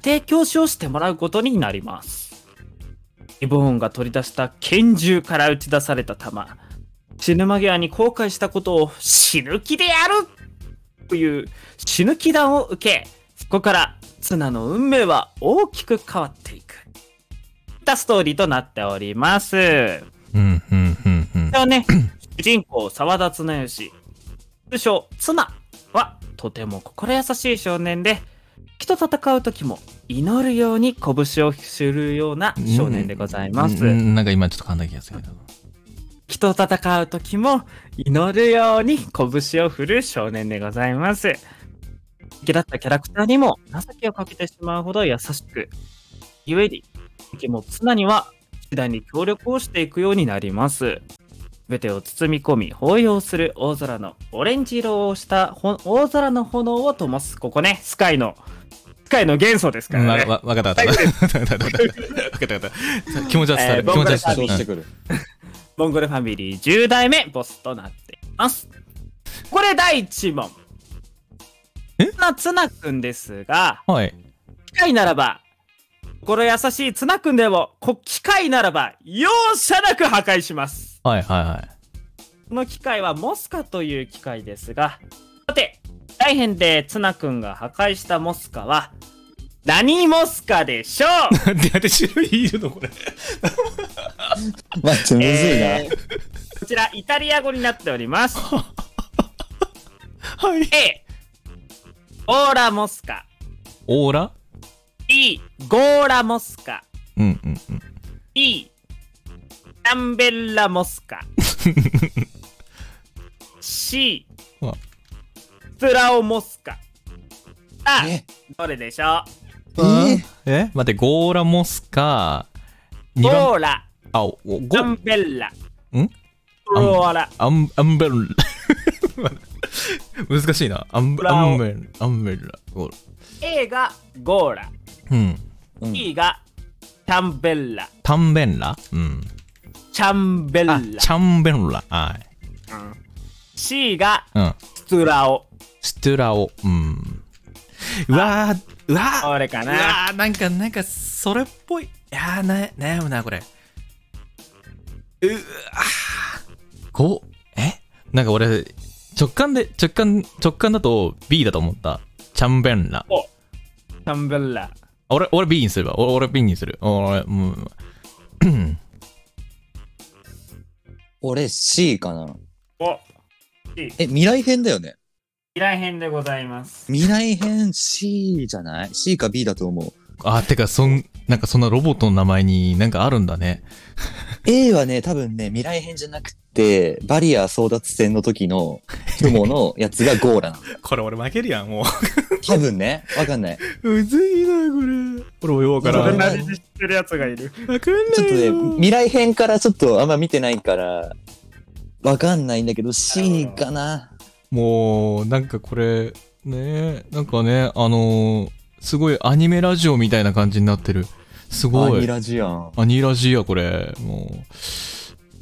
S2: 家庭教師をしてもらうことになります。リボーンが取り出した拳銃から撃ち出された弾死ぬ間際に後悔したことを死ぬ気でやるという死ぬ気弾を受けそこからツナの運命は大きく変わっていくといったストーリーとなっておりますで
S1: うん、うん、うん、うん。
S2: はね主人公沢田綱吉通称ツナはとても心優しい少年で敵と戦う時も祈るように拳を振るような少年でございます、
S1: うんうんなんか今ちょっと噛んだ気がするけど。
S2: 人と戦う時も祈るように拳を振る少年でございます。敵だったキャラクターにも情けをかけてしまうほど優しく、ゆえに敵も綱には次第に協力をしていくようになります。全てを包み込み抱擁する大空のオレンジ色をしたほ大空の炎を灯す。ここね、スカイの、スカイの元素ですか
S1: うん
S2: ら
S1: わ
S2: ね。
S1: わわかったわかった わかったわかったわかったわかった気持ちは伝わ
S2: え
S1: る
S2: ー
S1: 気持ちは伝
S3: 承
S1: わ
S3: して
S1: る
S3: くる。
S2: モンゴルファミリー10代目ボスとなっています。これ第1問。
S1: え
S2: そんなツナくんですが、
S1: うんはい
S2: 機械ならば、心優しいツナくんでも、こ機械ならば、容赦なく破壊します。
S1: はいはいはい
S2: この機械はモスカという機械ですが、さて、大変でツナくんが破壊したモスカは、何モスカでしょう
S1: なんで私よりいるの これ
S3: 待 って、むずいな。
S2: えーこちらイタリア語になっており ます。
S1: はい
S2: A、オーラモスカ。
S1: オーラ
S2: E、ゴーラモスカ。
S1: うんうんうん
S2: E、キャンベッラモス カ。C、
S1: うわ
S2: スラオモスカ。さあ
S3: え、
S2: どれでしょ
S3: えー
S1: え待ってゴーラモスか
S2: う
S1: 二番
S2: ゴーラ、
S1: あおゴ
S2: キャンベッラ。
S1: ん
S2: ゴーラ、
S1: アンアンベル 難しいなアン
S2: ブラ
S1: ア
S2: オ
S1: ンベルアンベルラゴーラ
S2: A がゴーラ。
S1: うん
S2: E がキャンベッラ。
S1: タンベンラうん
S2: チャンベ
S1: あ
S2: ッラ
S1: チ。ャンベンラはい
S2: C が
S1: うん
S2: スラオ。
S1: ストゥラオうんうわー、うわー、
S2: 俺か
S1: う
S2: な。
S1: わー、なんか、なんか、それっぽい。いやー、な、悩むな、これ。うわー。こう、えなんか俺、直感で、直感、直感だと B だと思った。チャンベンラ。
S2: チャンベラ。
S1: 俺、俺 B にすれば。俺、俺 B にする。俺、もう。うん
S3: 俺 C かな。
S2: お
S3: え、未来編だよね。
S2: 依頼編でございます。
S3: 未来編 C じゃない ?C か B だと思う。
S1: あ、てか、そん、なんかそんなロボットの名前になんかあるんだね。
S3: A はね、多分ね、未来編じゃなくて、バリア争奪戦の時の雲のやつがゴーラ なの。
S1: これ俺負けるやん、も
S3: 多分ね、わかんない。
S1: う。 むずいな、これ。俺もよう
S3: わ
S1: か
S3: からら
S2: 俺
S3: ん
S1: ん。
S2: なりに知ってるやつがいる。
S1: わかん
S3: ちょっと
S1: ない
S3: ね
S1: よ、。
S3: 未来編からちょっとあんま見てないから、わかんないんだけど、C かな。
S1: もう、なんかこれ、ねなんかね、あのーすごいアニメラジオみたいな感じになってる。す
S3: ア
S1: ご
S3: ニ
S1: い。
S3: ラジアン。
S1: アニラジーや、これ。も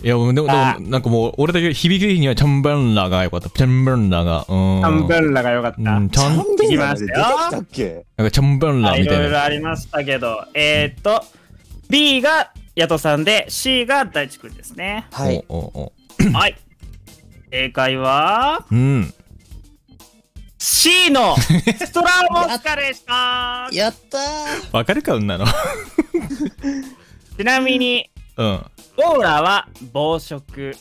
S1: う。いや、でも、でも、
S2: あ
S1: なんかもう、俺だけ響きにはチャンバンラが良かった。チャンバンラが。うん。
S2: チャンベラが良かっ
S1: う
S2: た
S1: ん、。チャン、
S3: ンベラで出てきたっけ。
S1: なんかチャンバンラ
S2: はい
S1: み
S2: い
S1: た
S2: ろ
S1: い
S2: いろ
S1: な。
S2: ありましたけど、えー、っと、B がヤトさんで、C が大地君です ね
S3: はい。
S1: おおお
S2: はい。正解は、
S1: うん。
S2: C のストラーモスカでした。
S3: やったー
S1: わかるか、うんなの。
S2: ちなみに、
S1: うん。
S2: ゴーラは暴食。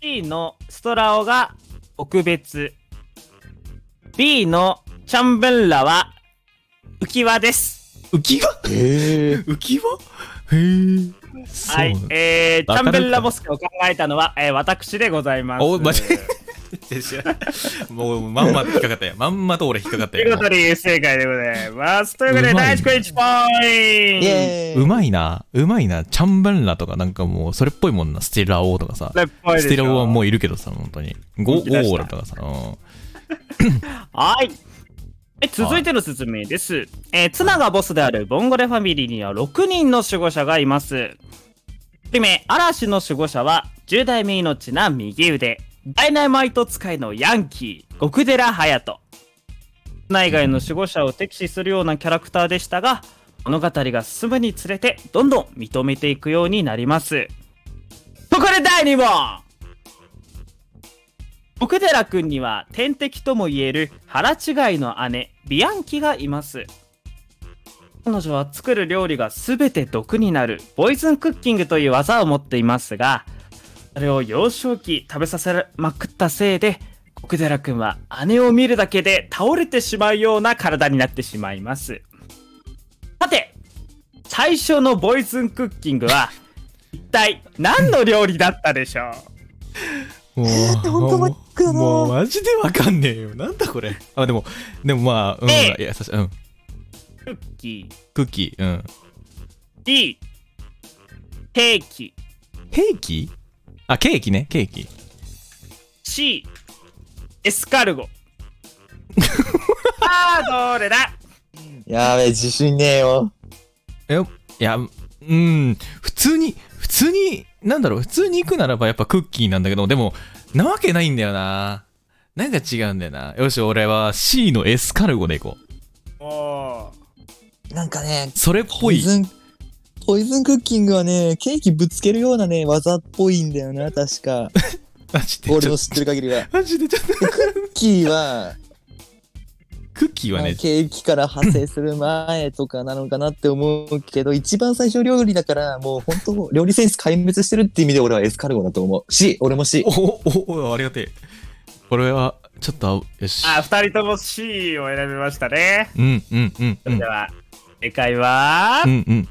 S2: C のストラオが奥別。B のチャンベンラは浮き輪です。
S1: 浮き輪
S3: えー、
S1: 浮き輪へえ。そう。
S2: はい。えー、
S1: わ
S2: チャ
S1: かる
S2: ン
S1: か
S2: ベンラボスカを考えたのは、えー、私でございます。
S1: おマジ
S2: とい
S1: もう、まんま引っかかったよ。まんまと俺引っかかった
S2: う
S1: よ
S2: こ。とで正解でございます。ということ
S1: う
S2: で、
S1: まい
S2: 大地君1ポ
S3: イ
S2: イント
S3: エーイ
S1: うまいな、うまいな、チャンバンラとかなんかもうそれっぽいもんな、ステラオとかさ。
S2: それっぽいでしょ
S1: ステラオはもういるけどさ、本当に。ゴゴ
S2: 本気出した
S1: ーラとかさ。う、
S2: はい。え続いての説明です、えーツナがボスであるボンゴレファミリーには6人の守護者がいます。1人目、嵐の守護者は10代目命な右腕、ダイナマイト使いのヤンキー、極寺隼人。内外の守護者を敵視するようなキャラクターでしたが、物語が進むにつれてどんどん認めていくようになります。ここで第2問奥寺君には天敵とも言える腹違いの姉ビアンキがいます彼女は作る料理が全て毒になるポイズンクッキングという技を持っていますがそれを幼少期食べさせまくったせいで奥寺君は姉を見るだけで倒れてしまうような体になってしまいますさて最初のボイズンクッキングは一体何の料理だったでしょうん
S1: もう、
S3: ほんと真っ赤だな
S1: もうマジでわかんねえよ。なんだこれ。あ、でも、でもまあ、うん、い
S2: ええ
S1: や、さし、うん。
S2: クッキー
S1: クッキー、うん。
S2: D ケーキ
S1: ケーキあ、ケーキね、ケーキ。
S2: C エスカルゴさ あどれだ
S3: やべえ、自信ねえよ。
S1: え、いや、うん、普通に、普通に、なんだろう、普通に行くならばやっぱクッキーなんだけど、でも、なわけないんだよな。なんか違うんだよな。よし、俺は C のエスカルゴで行こ
S2: お
S1: う。
S3: なんかね、
S1: それっぽ
S3: ポイ
S1: い。
S3: ズン、ポイズンクッキングはね、ケーキぶつけるようなね、技っぽいんだよな、確か。
S1: マジで、
S3: 俺
S1: ちょ
S3: の
S1: っと、
S3: 知ってる限りは。
S1: マジでちょっと、
S3: キーは、
S1: クッキーは
S3: まあ
S1: ね、
S3: ケーキから派生する前とかなのかなって思うけど、一番最初料理だから、もう本当、料理センス壊滅してるって意味で俺はエスカルゴだと思う。C、俺も C
S1: お。お、お、お、ありがてえ。これは、ちょっと、よし。
S2: あ二人とも C を選びましたね、
S1: うん、うん、うん、うん。
S2: では正解は、
S1: うん、うん。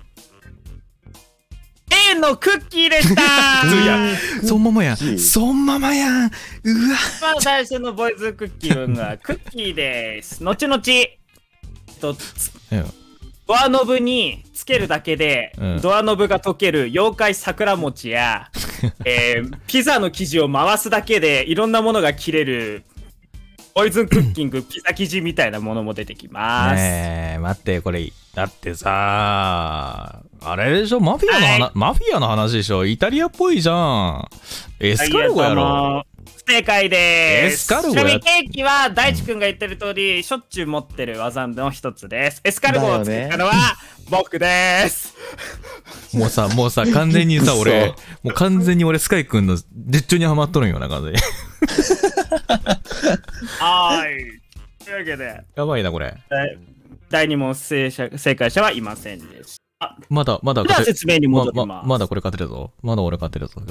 S2: A のクッキーでした
S1: そうやそんままやん。そんままやん。うわ。
S2: 一番最初のボイズクッキーはクッキーです後々えっと
S1: うん
S2: ドアノブにつけるだけで、
S1: うん
S2: ドアノブが溶ける妖怪桜餅 や、えーピザの生地を回すだけでいろんなものが切れるポイズンクッキングピザ生地みたいなものも出てきます。
S1: ねえ待ってこれだってさあれでしょマフィアの話、
S2: は
S1: マフィアの話でしょイタリアっぽいじゃんエスカルゴやろ
S2: あ正解で
S1: エス
S2: す。
S1: カルゴ
S2: ち
S1: や
S2: なみにケーキは大地くんが言ってる通り、しょっちゅう持ってる技の一つです。エスカルゴを作ったのは僕 です。
S1: もうさ、もうさ、完全にさ、
S3: 嘘
S1: 俺、もう完全に俺、スカイ君の絶頂にはまっとるんよな、感じ。
S2: はーい。というわけで、
S1: やばいな、これ。
S2: 第第2問正者正解者はいませんでした。
S1: まだ、まだ
S2: では
S1: 勝て、
S2: 説明に
S1: ま
S2: 戻ります。
S1: ままだこれ勝てるぞ。まだ俺勝てるぞ。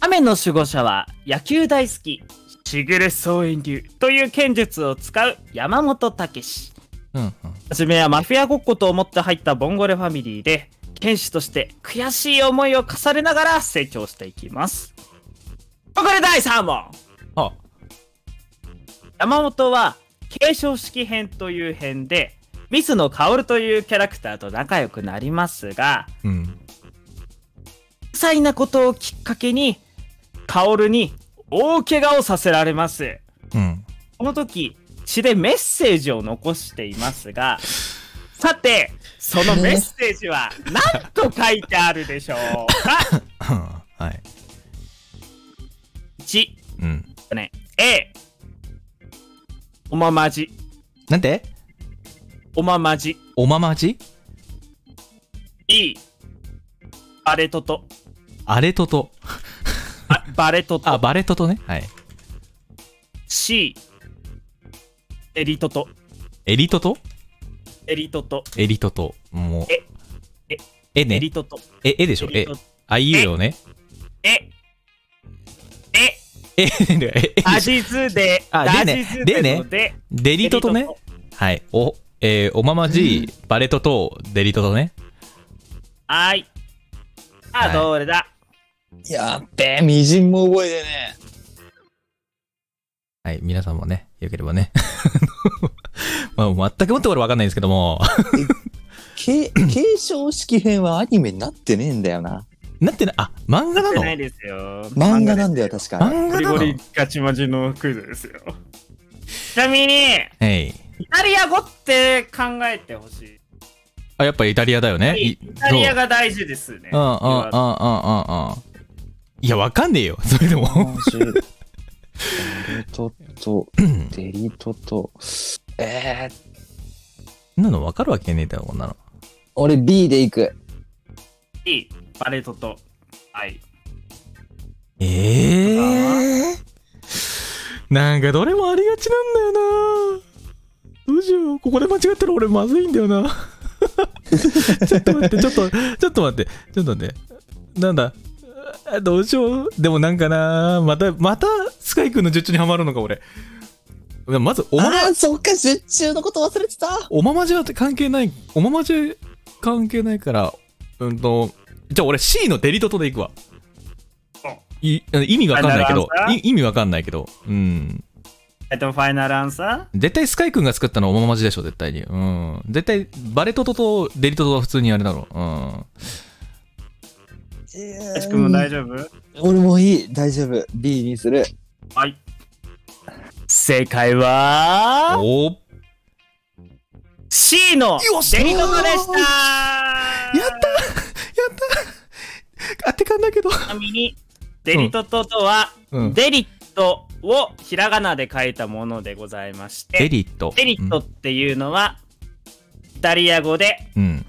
S2: 雨の守護者は野球大好きしぐれ総遠流という剣術を使う山本武史
S1: うん、うん。
S2: はじめはマフィアごっこと思って入ったボンゴレファミリーで剣士として悔しい思いを重ねながら成長していきますここで第3問
S1: あ、
S2: 山本は継承式編という編で水野薫というキャラクターと仲良くなりますが
S1: うん。
S2: 些細なことをきっかけに薫に大怪我をさせられます
S1: うん。
S2: この時血でメッセージを残していますがさてそのメッセージ は何と書いてあるでしょうか
S1: はい。
S2: 1
S1: うん。
S2: ね A おままじ
S1: なんて
S2: おままじ
S1: おままじ
S2: B バレトト
S1: アレトト。
S2: あバレト
S1: あ、
S2: ト
S1: バレトトね。はい。
S2: C エリトト
S1: エリトト
S2: エリトト
S1: エリトト。もう。
S2: ええ、
S1: え
S2: エ
S1: ね
S2: リ。トト
S1: え、えでしょ。
S2: エリ
S1: え
S2: ト、ト
S1: あいうえをね。
S2: ええ
S1: え、え、え、え、
S2: アジズで、
S1: あ
S2: アジ
S1: でね
S2: ズ
S1: でね
S2: ので、
S1: デリトトね
S2: デリ。
S1: はい。お、えーおままじ、バレトト、デリトトね。
S2: はーい。さ
S1: は
S2: あ、
S1: い
S2: どれだ
S3: やっべえ、みじんも覚えてね
S1: はい。皆さんもね、よければね。 まあ、全くもって俺わかんないんですけども。
S3: え。け継承式編はアニメになってねえんだよな。
S1: なってな、あ、漫画な
S2: じゃ
S1: の
S2: ないですよ。
S3: 漫画なんだよ、
S2: です
S3: 確か。
S1: 漫
S2: ゴ
S1: 画
S2: リ
S1: な
S2: ゴリ
S1: の
S2: ガチマジのクイズですよ。ちなみに、
S1: はい。
S2: イタリア語って考えてほしい。
S1: あ、やっぱイタリアだよね。い
S2: イタリア
S1: そう
S2: が大事ですね。
S1: うんうんうんうんうんうん。いや、わかんねえよ。それでも。
S3: デリトと、デリトと、えー、
S1: そんなのわかるわけねえだろ、こんなの。
S3: 俺 B で行く。
S2: B バレトと。はい。
S1: ええなんかどれもありがちなんだよなどうしようここで間違ったら俺まずいんだよな ちょっと待ってちょっとちょっと待ってちょっと待ってなんだあどうしようでもなんかなまたまたスカイ君の術中にはまるのか俺でもまずおま
S3: ああ、そっか、出中のこと忘れてた。
S1: おままじは関係ないおままじ関係ないからうんとじゃあ俺 C のデリトトでいくわ
S2: お
S1: い意味わかんないけど
S2: あなるほど
S1: い意味わかんないけどうん
S2: えっと、ファイナルアンサ
S1: 絶対スカイ君が作ったのはおままじでしょ絶対にうん絶対バレトトとデリトトは普通にあれだろううん
S2: ー大地君も大丈夫
S3: 俺もいい、大丈夫。B にする。
S2: はい。正解は、
S1: おお
S2: C の
S1: よっしゃ
S2: デ
S1: ー
S2: リトトでした
S1: やったやった当てかんだけど
S2: ちなみにデリトトとは、
S1: うん
S2: デリットをひらがなで書いたものでございまして
S1: デリト
S2: デリットっていうのは、イタリア語で
S1: うん、うん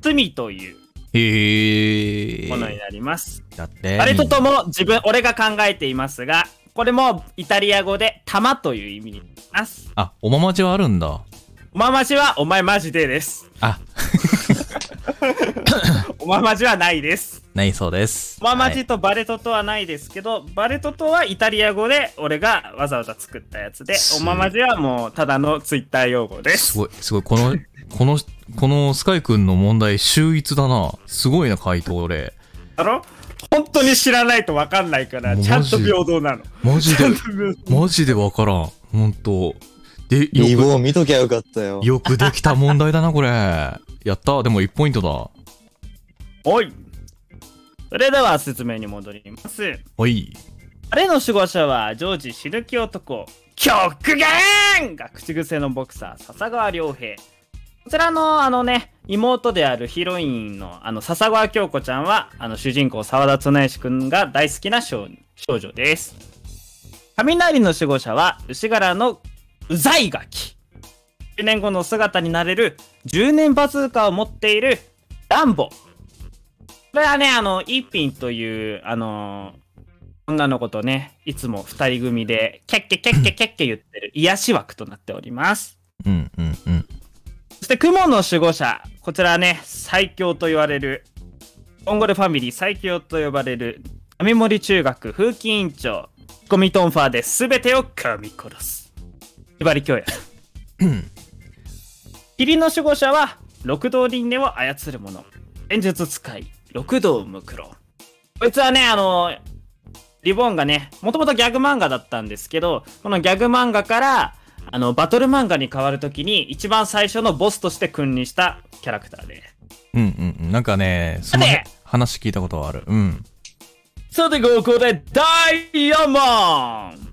S2: 罪という
S1: へえ
S2: ものになります、
S1: だって
S2: バレトトも自分俺が考えていますがこれもイタリア語で玉という意味になります
S1: あおままじはあるんだ
S2: おままじはお前マジでです
S1: あ
S2: おままじはないです
S1: ないそうです
S2: おまま
S1: はい
S2: じとバレトトはないですけど、バレトトはイタリア語で俺がわざわざ作ったやつで、おままじはもうただのツイッター用語です。
S1: すごい、すごい。この、この、このスカイ君の問題、秀逸だな。すごいな、回答俺。
S2: だろ本当に知らないと分かんないから、
S1: マジ
S2: ちゃんと平等なの。
S1: マジ
S2: ち
S1: で
S2: ゃん、と平等
S1: マジでわからん。ほんと。で、
S3: リ
S1: よ
S3: ボン見ときゃよかったよ
S1: く、。よくできた問題だな、これ。やった。でも1ポイントだ。
S2: おいそれでは説明に戻ります。
S1: おい。
S2: 彼の守護者は常時死ぬ気男極限が口癖のボクサー笹川良平こちらのあのね妹であるヒロインのあの笹川京子ちゃんはあの主人公沢田恒志くんが大好きな少女少女です。雷の守護者は、牛柄のうざいガキ。10年後の姿になれる、10年バズーカを持っている、ランボ。これはね、あの、イッピンという、あのー女の子とね、いつも二人組で、キャッキャキャッキャキャッキャ言ってる癒し枠となっております。
S1: うんうんうん。
S2: そして雲の守護者、こちらはね、最強と言われる、モンゴルファミリー最強と呼ばれる、上森中学風紀委員長、ゴミトンファーで全てを噛み殺す。縛り教也。霧の守護者は、六道輪廻を操る者、戦術使い、六道無苦労。こいつはね、あの、リボンがね、もともとギャグ漫画だったんですけど、このギャグ漫画から、あの、バトル漫画に変わるときに、一番最初のボスとして君臨したキャラクターで。
S1: うんうんうん。なんかね、その
S2: 待て
S1: 話聞いたことはある。うん。
S2: さて、ここで、ダイヤモン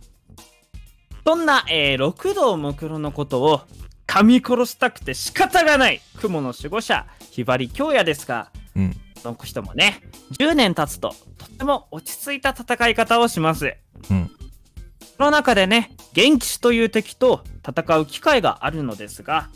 S2: そんな、えー、六道無黒のことを、噛み殺したくて仕方がない雲の守護者、ひばり京也ですが、
S1: うん。
S2: この人もね、10年経つと、とても落ち着いた戦い方をします。
S1: うん。
S2: その中でね、元気という敵と戦う機会があるのですが、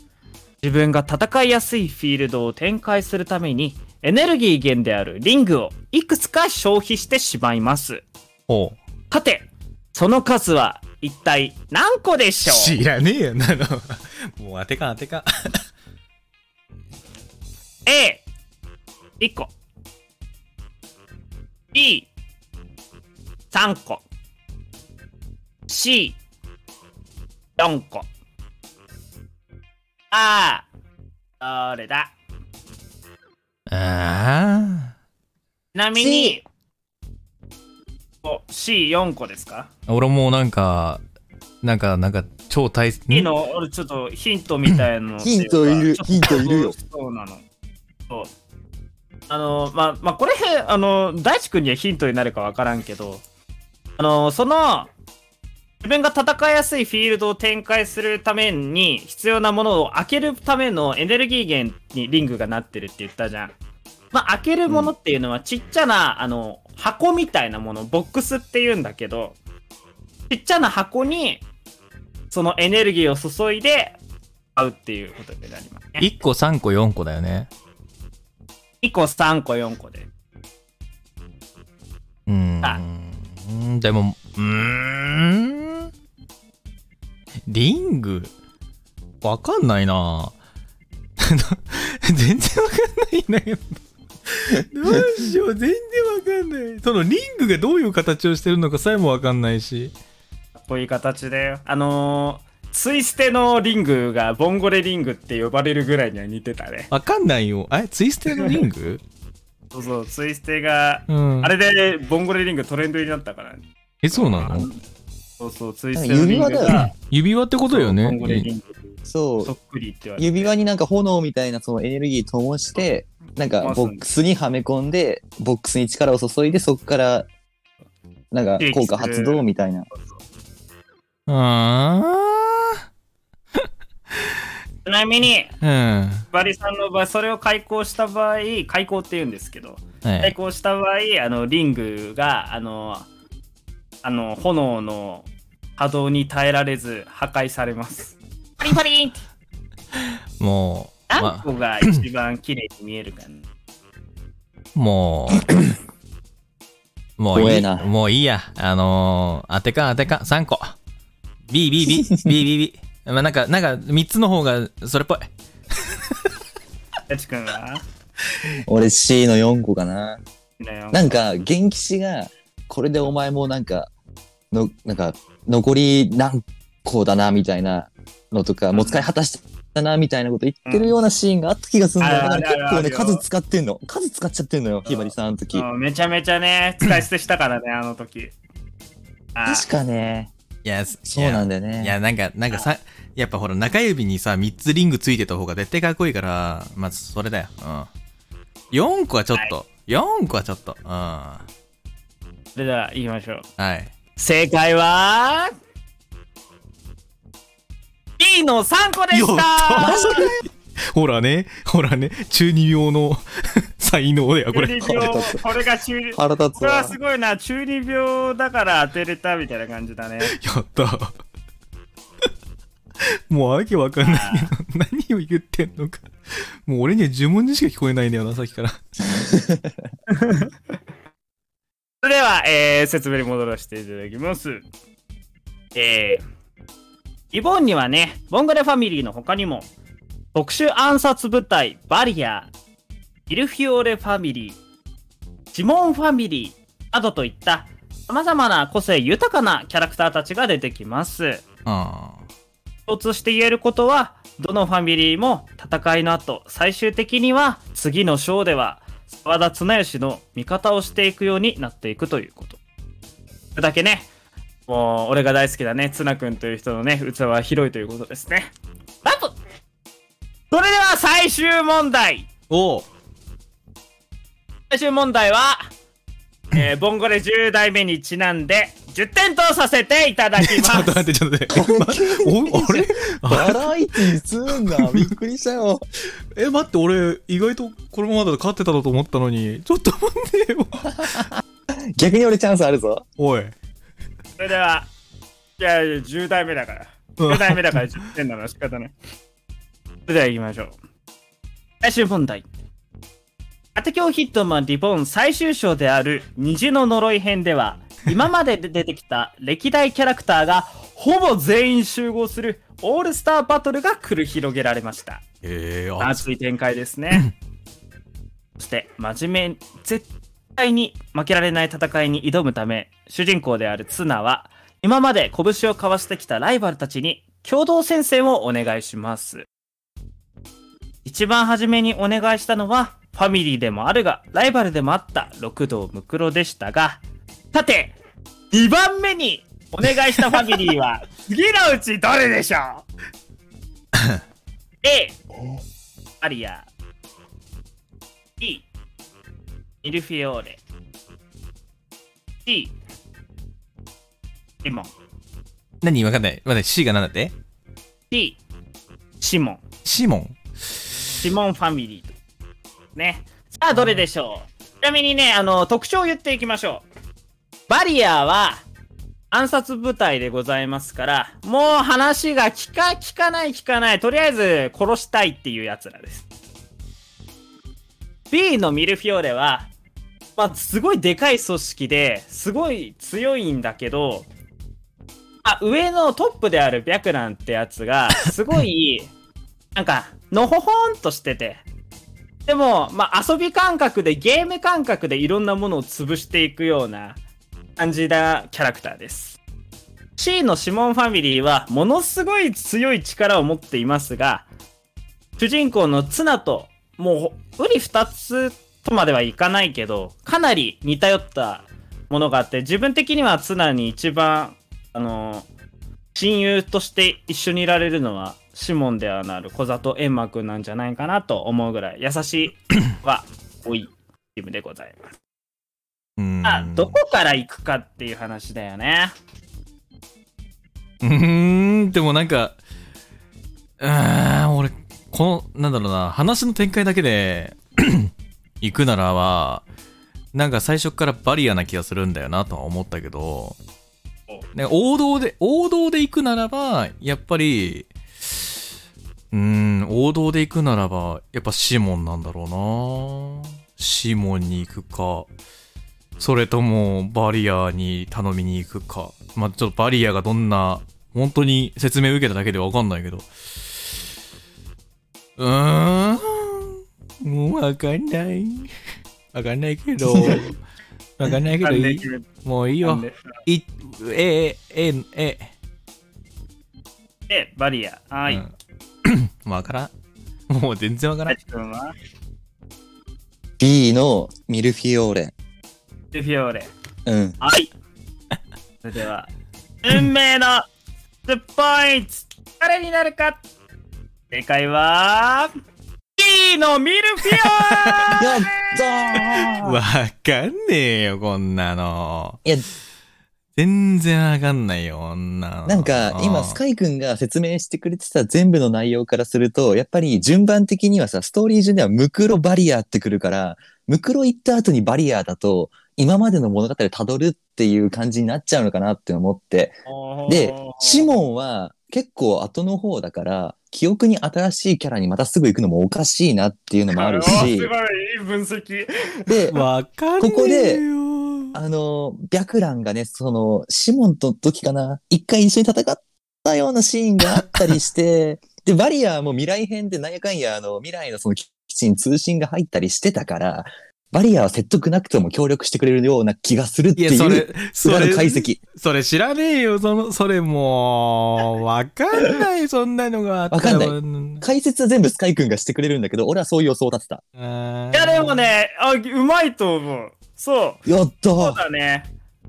S2: 自分が戦いやすいフィールドを展開するために、エネルギー源であるリングをいくつか消費してしまいます。
S1: ほ
S2: さて、その数は一体何個でしょう
S1: 知らねえよなの。 もう当てか当てか。
S2: A、1個。B、3個。C、4個。ああ、どれだ。
S1: あ
S2: ちなみに、お C4 個ですか
S1: あ。俺もなんか、なんか、なんか、超大切。
S2: いいの俺ちょっとヒントみたいなのっていうか。
S3: ヒントいる
S2: ちょっと
S3: ヒントいるよ
S2: そうなの。そう。あの、まあ、まあ、これ、あの、大地君にはヒントになるかわからんけど、あの、その、自分が戦いやすいフィールドを展開するために必要なものを開けるためのエネルギー源にリングがなってるって言ったじゃん。まあ、開けるものっていうのはちっちゃな、あの、箱みたいなもの、ボックスって言うんだけど、ちっちゃな箱に、そのエネルギーを注いで、買うっていうことになりますね。
S1: 1個、3個、4個だよね。
S2: 1個、3個、4個で。
S1: う
S2: あ
S1: ーん。でも、うーん。リングわかんないな 全然わかんないんだけど。どうしよう、全然わかんない。そのリングがどういう形をしてるのかさえもわかんないし。
S2: こういう形で、あのー、ツイステのリングがボンゴレリングって呼ばれるぐらいには似てたね。
S1: わかんないよ。あれ、ツイステのリング
S2: そうそう、ツイステが、
S1: うん。
S2: あれでボンゴレリングトレンド入りになったから、ね、
S1: え、そうなの
S2: そうそう、ツイステのリング
S3: 指輪だよ
S2: が
S3: ね、
S1: 指輪ってことよ
S2: ボンゴレリ
S1: ね。
S2: ング
S3: そう
S2: そっくりって言われて。
S3: 指輪になんか炎みたいなそのエネルギー灯してなんかボックスにはめ込んでボックスに力を注いでそこからなんか効果発動みたいな
S1: あ
S2: ちなみに、
S1: ーうん。
S2: バリさんの場合、それを開口した場合、開口って言うんですけど、
S1: は
S2: 対
S1: い。
S2: 抗した場合あのリングがあのあの炎の波動に耐えられず破壊されますパリンパリンって
S1: もう、
S2: 何
S1: ま、
S2: 個が一番綺麗に見えるかな、
S1: もう、もう
S3: 怖
S1: い
S3: え
S1: い
S3: な
S1: もういいや。あのー、当てか当てか、3個。B、B、B、B、B、B。ま あ、なんか、なんか、3つの方がそれっぽい。
S2: やちくんは
S3: 俺 C の4個かな
S2: だよ
S3: なんか元気師がこれでお前もなんかのなんか残り何個だなみたいなのとかもう使い果たしたなみたいなこと言ってるようなシーンがあった気がするんだよ、
S2: うんあ
S3: だ
S2: る
S3: か
S2: ある
S3: ら
S2: あるある
S3: 結構ね数使ってんの数使っちゃってんのよひばりさんあの時
S2: うんめちゃめちゃね使い捨てしたからねあの時あ
S3: 確かね
S1: いや、
S3: そうなん
S1: だ
S3: だよね
S1: いや、なんか、なんかさ、やっぱほら、中指にさ、3つリングついてた方が絶対かっこいいから、まあ、それだよ。うん。4個はちょっと。4個はちょっと。うん。は
S2: それでは行きましょう
S1: い。
S2: 正解は B の3個でした
S1: よっほらね、ほらね、中二病の 3才能だよ、こ
S2: 中
S1: れ。
S2: 二病、これが中二、こ
S3: 腹立つ
S2: れは
S3: わ
S2: す。ごいな、中二病だから当てれたみたいな感じだね。
S1: やった。もうわけわかんない。何を言ってんのか。もう俺には呪文にしか聞こえないんだよな、さっきから。
S2: それでは、えー説明に戻らせていただきます。えーイボンにはね、ボンガレファミリーの他にも、特殊暗殺部隊バリア、イルフィオレファミリー、ジモンファミリーなどといった様々な個性豊かなキャラクターたちが出てきます。
S1: あ
S2: 共通して言えることはどのファミリーも戦いの後最終的には次の章では沢田綱吉の味方をしていくようになっていくということそれだけねもう俺が大好きだね綱君という人のね器は広いということですねラブそれでは最終問題
S1: おお
S2: 最終問題は、えー、ボンゴレ10代目にちなんで10点とさせていただき
S1: ちょ
S2: ま
S1: っと待っ
S2: す
S1: て、ちょっと待って。おあれ
S3: バラエティーすん な。びっくりしたよ。
S1: え、待って、俺、意外とこのままだと勝ってただと思ったのに、ちょっと待ってよ。
S3: 逆に俺チャンスあるぞ。
S1: おい。
S2: それでは、いやいや、10代目だから。
S1: うん
S2: 10代目だから10点なのは仕方ない。それでは行きましょう。最終問題。アテキョヒットマンリボーン最終章である虹の呪い編では、今までで出てきた歴代キャラクターがほぼ全員集合するオールスターバトルが繰り広げられました。
S1: えー、あ、
S2: 熱い展開ですね。そして、真面目、絶対に負けられない戦いに挑むため、主人公であるツナは、今まで拳を交わしてきたライバルたちに共同戦線をお願いします。一番初めにお願いしたのは、ファミリーでもあるが、ライバルでもあった六道ムクロでしたが、さて、2番目にお願いしたファミリーは、次のうちどれでしょう A、アリア B ミルフィオーレ C シモン
S1: 何わかんない。待って、C が何だって
S2: D シモン
S1: シモン。
S2: シモンファミリーねさあどれでしょうちなみにねあの特徴を言っていきましょうバリアは暗殺部隊でございますからもう話が聞か聞かない聞かないとりあえず殺したいっていうやつらです B のミルフィオーレは、まあ、すごいでかい組織ですごい強いんだけどあ上のトップである白蘭ってやつがすごいなんかのほほんとしててでも、まあ、遊び感覚でゲーム感覚でいろんなものを潰していくような感じなキャラクターです C のシモンファミリーはものすごい強い力を持っていますが主人公のツナともううり二つとまではいかないけどかなり似たよったものがあって自分的にはツナに一番あの親友として一緒にいられるのはシモンではなる小里円馬くんなんじゃないかなと思うぐらい優しいは多いチームでございます。
S1: うーん
S2: あどこから行くかっていう話だよね。
S1: うーん、でもなんか、うーん、俺、この、なんだろうな、話の展開だけで、 行くならは、なんか最初からバリアな気がするんだよなとは思ったけど、なんか王道で、王道で行くならば、やっぱり、うーん、王道で行くならば、やっぱシモンなんだろうなシモンに行くか、それともバリアに頼みに行くか。まあ、ちょっとバリアがどんな、本当に説明受けただけでわかんないけど。うーん。もうわかんない。わかんないけ ど。わかんないけどいい。もういいよ。い、え、え、え、え。
S2: で、バリア。はい。
S1: うん。 わからん。もう全然わから
S2: 大
S1: ん。
S2: 地君は
S3: B のミルフィオーレ。
S2: ルフィオーレ。
S3: うん。
S2: はい。それでは、運命のスポイント誰になるか正解は、D のミルフィオ
S3: やっ
S2: ー
S3: たー
S1: わかんねえよ、こんなの。
S3: いや、
S1: 全然わかんないよ、女。
S3: なんか今スカイくんが説明してくれてた全部の内容からすると、やっぱり順番的にはさ、ストーリー順ではムクロバリアってくるから、ムクロ行った後にバリアだと、今までの物語を辿るっていう感じになっちゃうのかなって思って。 で、シモンは結構後の方だから、記憶に新しいキャラにまたすぐ行くのもおかしいなっていうのもある
S2: あー
S3: し
S2: すご、い、いい分析。
S3: で、
S1: わかんねえよ
S3: ここであの、白蘭がね、その、シモンと時かな、一回一緒に戦ったようなシーンがあったりして、 で、バリアーも未来編でなんやかんや、あの、未来のその基地に通信が入ったりしてたから、バリアーは説得なくとも協力してくれるような気がするって
S1: い
S3: い
S1: や、それ
S3: う、、
S1: そ
S3: 裏
S1: れ
S3: の、解析。
S1: それ知らねえよ、その、それもう、わかんない、そんなのがあったら。
S3: わか
S1: んな
S3: 解説は全部スカイ君がしてくれるんだけど、俺はそういう予想を立てた。
S1: い
S2: いや、でも。ね、あ、うまいと思う。そう。
S3: やった
S2: そう
S3: ー
S2: だね。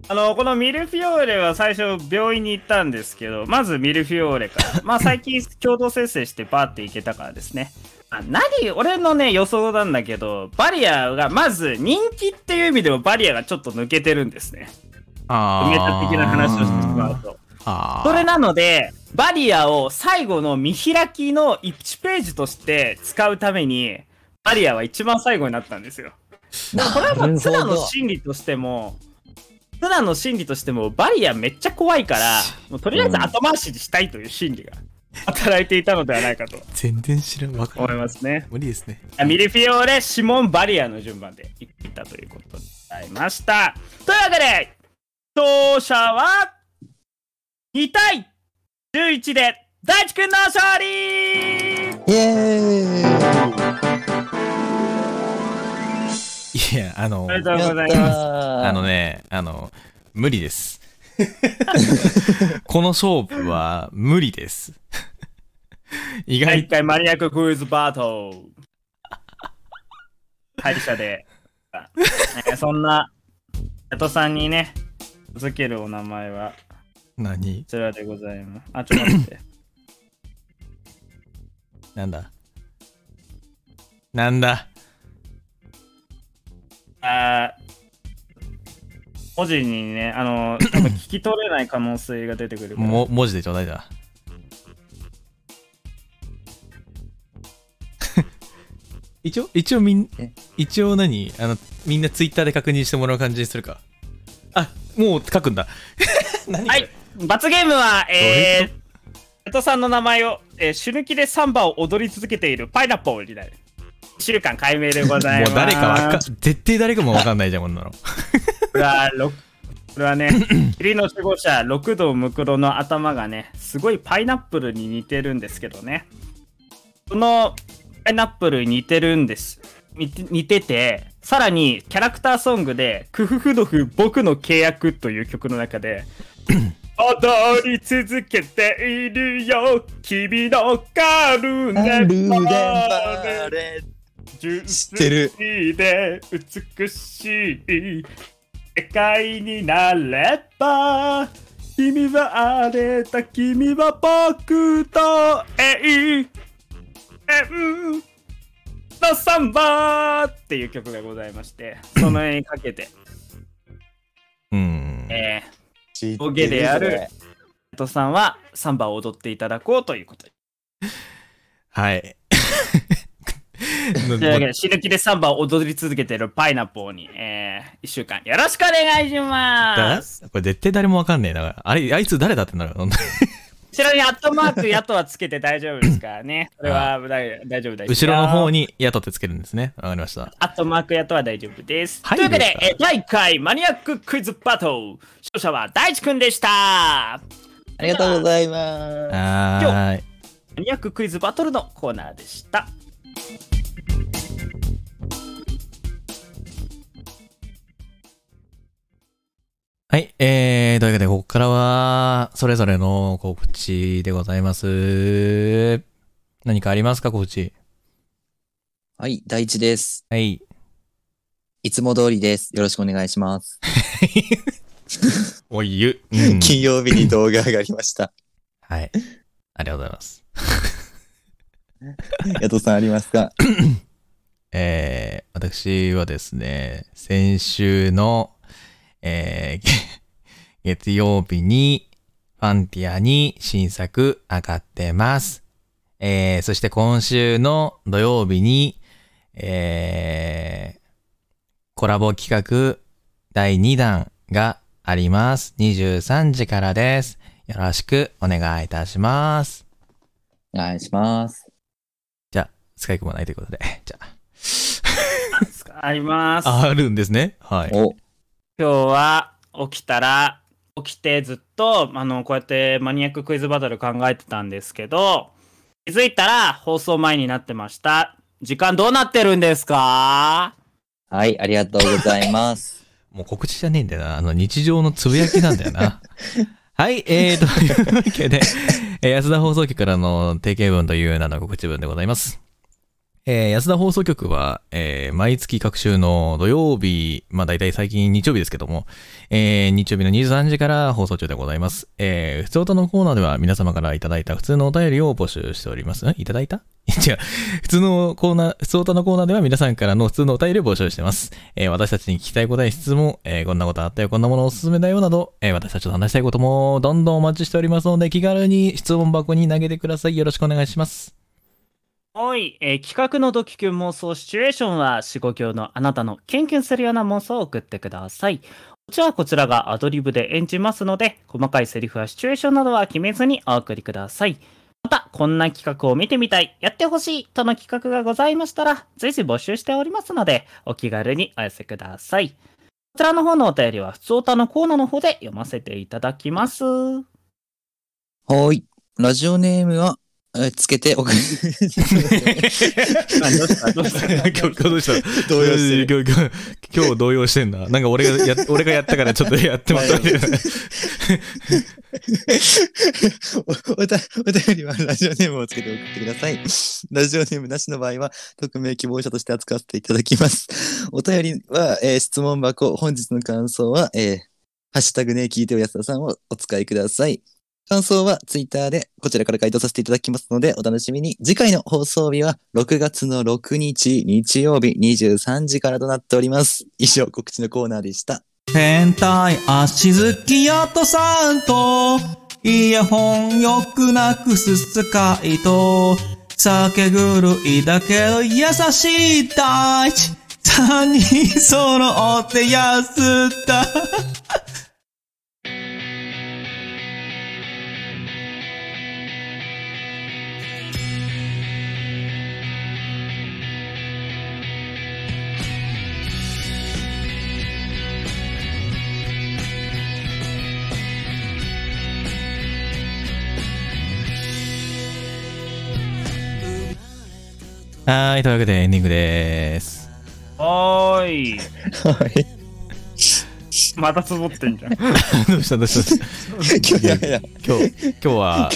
S2: あの、このミルフィオーレは最初病院に行ったんですけど、まずミルフィオーレから。まあ最近共同生成してバーって行けたからですね。あ何俺のね予想なんだけど、バリアがまず人気っていう意味でもバリアがちょっと抜けてるんですね。
S1: あー
S2: メタ的な話をしてしまうと。
S1: あー
S2: それなので、バリアを最後の見開きの1ページとして使うために、バリアは一番最後になったんですよ。でもこれはもうツナの心理としても、ツナの心理としても、バリアめっちゃ怖いから、もうとりあえず後回しにしたいという心理が働いていたのではないかと
S1: 全然知らん、わかん
S2: 思
S1: ないい。
S2: ますね。
S1: 無理ですね。
S2: ミルフィオーレ、シモン、バリアの順番でいったということでございました。というわけで、勝者は2対11で大地君の勝利
S3: イエーイ
S1: いや、あの
S2: あ、りがとうござい
S3: やっ
S2: ます。
S3: たー
S1: あのね、あの、無理です。 この勝負は無理です。 意
S2: 第
S1: 外
S2: 1回マニアッククイズバトル。敗者で。 えーそんな、瀬戸さんにね、付けるお名前は、
S1: 何
S2: こちらでございます。あ、ちょっと待って。
S1: なんだなんだ
S2: あー文字にね、あの、多分聞き取れない可能性が出てくるから。
S1: も、文字でちょうだいだ。 一応、一応みん
S3: え、
S1: 一応何あの、みんなツイッターで確認してもらう感じにするか。あ、もう書くんだ。 何こ
S2: は
S1: れ
S2: い、罰ゲームは、
S1: どういう
S2: えー、瀬戸さんの名前を、えー、死ぬ気でサンバを踊り続けているパイナップルになる。1週間解明でございま
S1: もう
S2: す。
S1: 誰かわかん、絶対誰かもわかんないじゃん、こんなの。
S2: これはろくこれは ね、霧の守護者、六道ムクロの頭がね、すごいパイナップルに似てるんですけどね。このパイナップルに似てるんです。似て似てて、さらにキャラクターソングで、クフフドフ僕の契約という曲の中 で、踊り続けているよ、君のカル
S3: ル
S2: ネ
S3: ーデン
S2: パ
S3: バ
S2: ーレ
S3: ーレ
S2: 純
S3: 知ってる
S2: 粋で美しい世界になれば君はあれだ君は僕と永遠のサンバっていう曲がございましてその絵にか けて、
S1: うん。
S2: えー、
S3: 知ってる
S2: ボケでやる瀬戸さんはサンバを踊っていただこうということで
S1: はい。
S2: というわけで死ぬ気でサンバを踊り続けているパイナポーに、えー、1週間よろしくお願いしま
S1: だ
S2: す
S1: これ絶対誰もわかんねえな。あれ、あいつ誰だってなるの
S2: 後ろにアットマークやとはつけて大丈夫ですからね。 それは大大丈夫大丈夫。
S1: 後ろの方。に雇ってつけるんですね。わかりました。
S2: アットマークやとは大丈夫です。
S1: はい
S2: というわけで
S1: で、
S2: え第1回マニアッククイズバトル勝者は大地くんでした
S3: ありがとうございます。
S1: はーい。
S2: マニアッククイズバトルのコーナーでした。
S1: はい。えー、というわけで、ここからは、それぞれの告知でございます。何かありますか、告知。
S3: はい、第一です。
S1: はい。
S3: いつも通りです。よろしくお願いします。
S1: おゆ。うん
S3: 金曜日に動画上がりま した。
S1: はい。ありがとうございます。
S3: ヤトさんありますか
S1: えー、私はですね、先週の、えー、 月曜日に、ファンティアに新作上がってます。えー、そして今週の土曜日に、えー、コラボ企画第2弾があります。23時からです。よろしくお願いいたします。
S3: お願いします。
S1: じゃあ、使い込まないということで。 じゃあ。
S2: あります。
S1: ああるんですね。はい。
S3: お、
S2: 今日は起きたら起きてずっとあのこうやってマニアッククイズバトル考えてたんですけど気づいたら放送前になってました時間どうなってるんですか
S3: はい、ありがとうござい ます。
S1: もう告知じゃねえんだよな。あの、日常のつぶやきなんだよな。はい、えー、というわけで、えー安田放送局からの定型文という名の告知文でございます。えー安田放送局は、えー毎月各週の土曜日、まあ大体最近日曜日ですけども、えー日曜日の23時から放送中でございます。えー、普通歌のコーナーでは皆様からいただいた普通のお便りを募集しております。んいただいた 違う。普通のコーナー、普通歌のコーナーでは皆さんからの普通のお便りを募集してます。えー私たちに聞きたい答え、質問、えーこんなことあったよ、こんなものおすすめだよなど、えー私たちと話したいこともどんどんお待ちしておりますので、気軽に質問箱に投げてください。よろしくお願いし ます。
S2: はい、えー企画のドキュン妄想シチュエーションは四五行のあなたのキュンキュンするような妄想を送ってくださいこちらはこちらがアドリブで演じますので細かいセリフやシチュエーションなどは決めずにお送りくださいまたこんな企画を見てみたいやってほしいとの企画がございましたら随時募集しておりますのでお気軽にお寄せくださいこちらの方のお便りは普通歌のコーナーの方で読ませていただきます
S3: はい。ラジオネームは、えつけて お
S1: 今
S3: く。
S1: 日今日どうした
S3: 動揺してる
S1: 今日今日今日動揺してんだ。なんか俺がや、俺がやったからちょっとやってもらったみたいな。
S3: おおたお便りはラジオネームをつけて送ってください。ラジオネームなしの場合は、匿名希望者として扱わせていただきます。お便りは、えー質問箱、本日の感想は、えーハッシュタグね、聞いてよ安田さんをお使いください。感想はツイッターでこちらから回答させていただきますのでお楽しみに。次回の放送日は6月の6日日曜日23時からとなっております。以上告知のコーナーでした。
S4: 変態足好きやとさんと、イヤホンよくなくすスカイと、酒狂いだけど優しい大地、三人揃って安った。
S1: はい、というわけでエンディングです。
S2: はーい
S3: はい。
S2: またつぼってんじゃん
S1: どうしたどうした
S3: いやいや、
S1: 今日、今日は、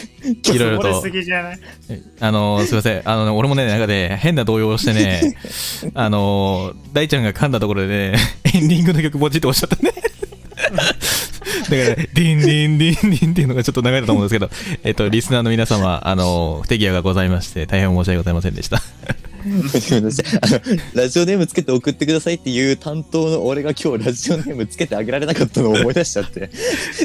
S1: いろいろと。
S2: ぎじゃない
S1: あのすいません、あのね、俺もね、なんかね、変な動揺をしてね、あの大ちゃんが噛んだところでね、エンディングの曲、ポチって押しちゃったね。だから、ね、ディンディンディンディンっていうのがちょっと流れたと思うんですけど、えっと、リスナーの皆様、あの不手際がございまして、大変申し訳ございませんでした。
S3: ごめんなさいあの ラジオネームつけて送ってくださいっていう担当の俺が今日ラジオネームつけてあげられなかったのを思い出しちゃって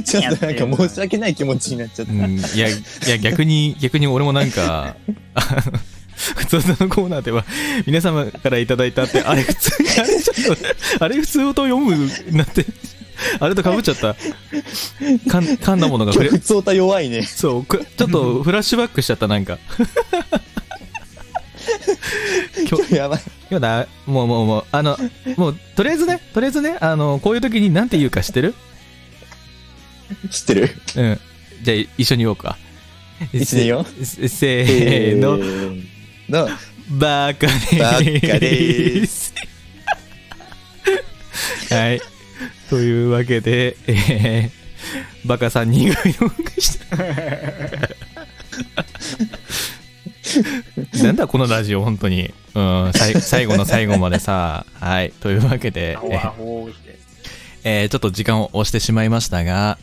S3: ちょっとなんか申し訳ない気持ちになっちゃっ
S1: う
S3: た、
S1: ん、いや、いや、逆に、逆に俺もなんか、あの普通のコーナーでは皆様からいただいたってあれ普通にあれちょっとあれ普通音読むなってあれとかぶっちゃったかん噛んだものが触
S3: 今
S1: れ
S3: 日普通歌弱いね
S1: そうくちょっとフラッシュバックしちゃったなんか
S3: 今日やばい
S1: 今だもうもうもうあのもうとりあえずねとりあえずねあのこういう時に何て言うか知ってる
S3: 知ってる
S1: うんじゃあ一緒に言おうか
S3: 一緒に言おう
S1: せせーの、
S3: の
S1: バカでーす。
S3: バカでー
S1: す。 はい。というわけで、えー、バカ3人組のお送りした。 なんだこのラジオ、本当に。うん、さい最後の最後までさ。はい。というわけで、えーえーちょっと時間を押してしまいましたが、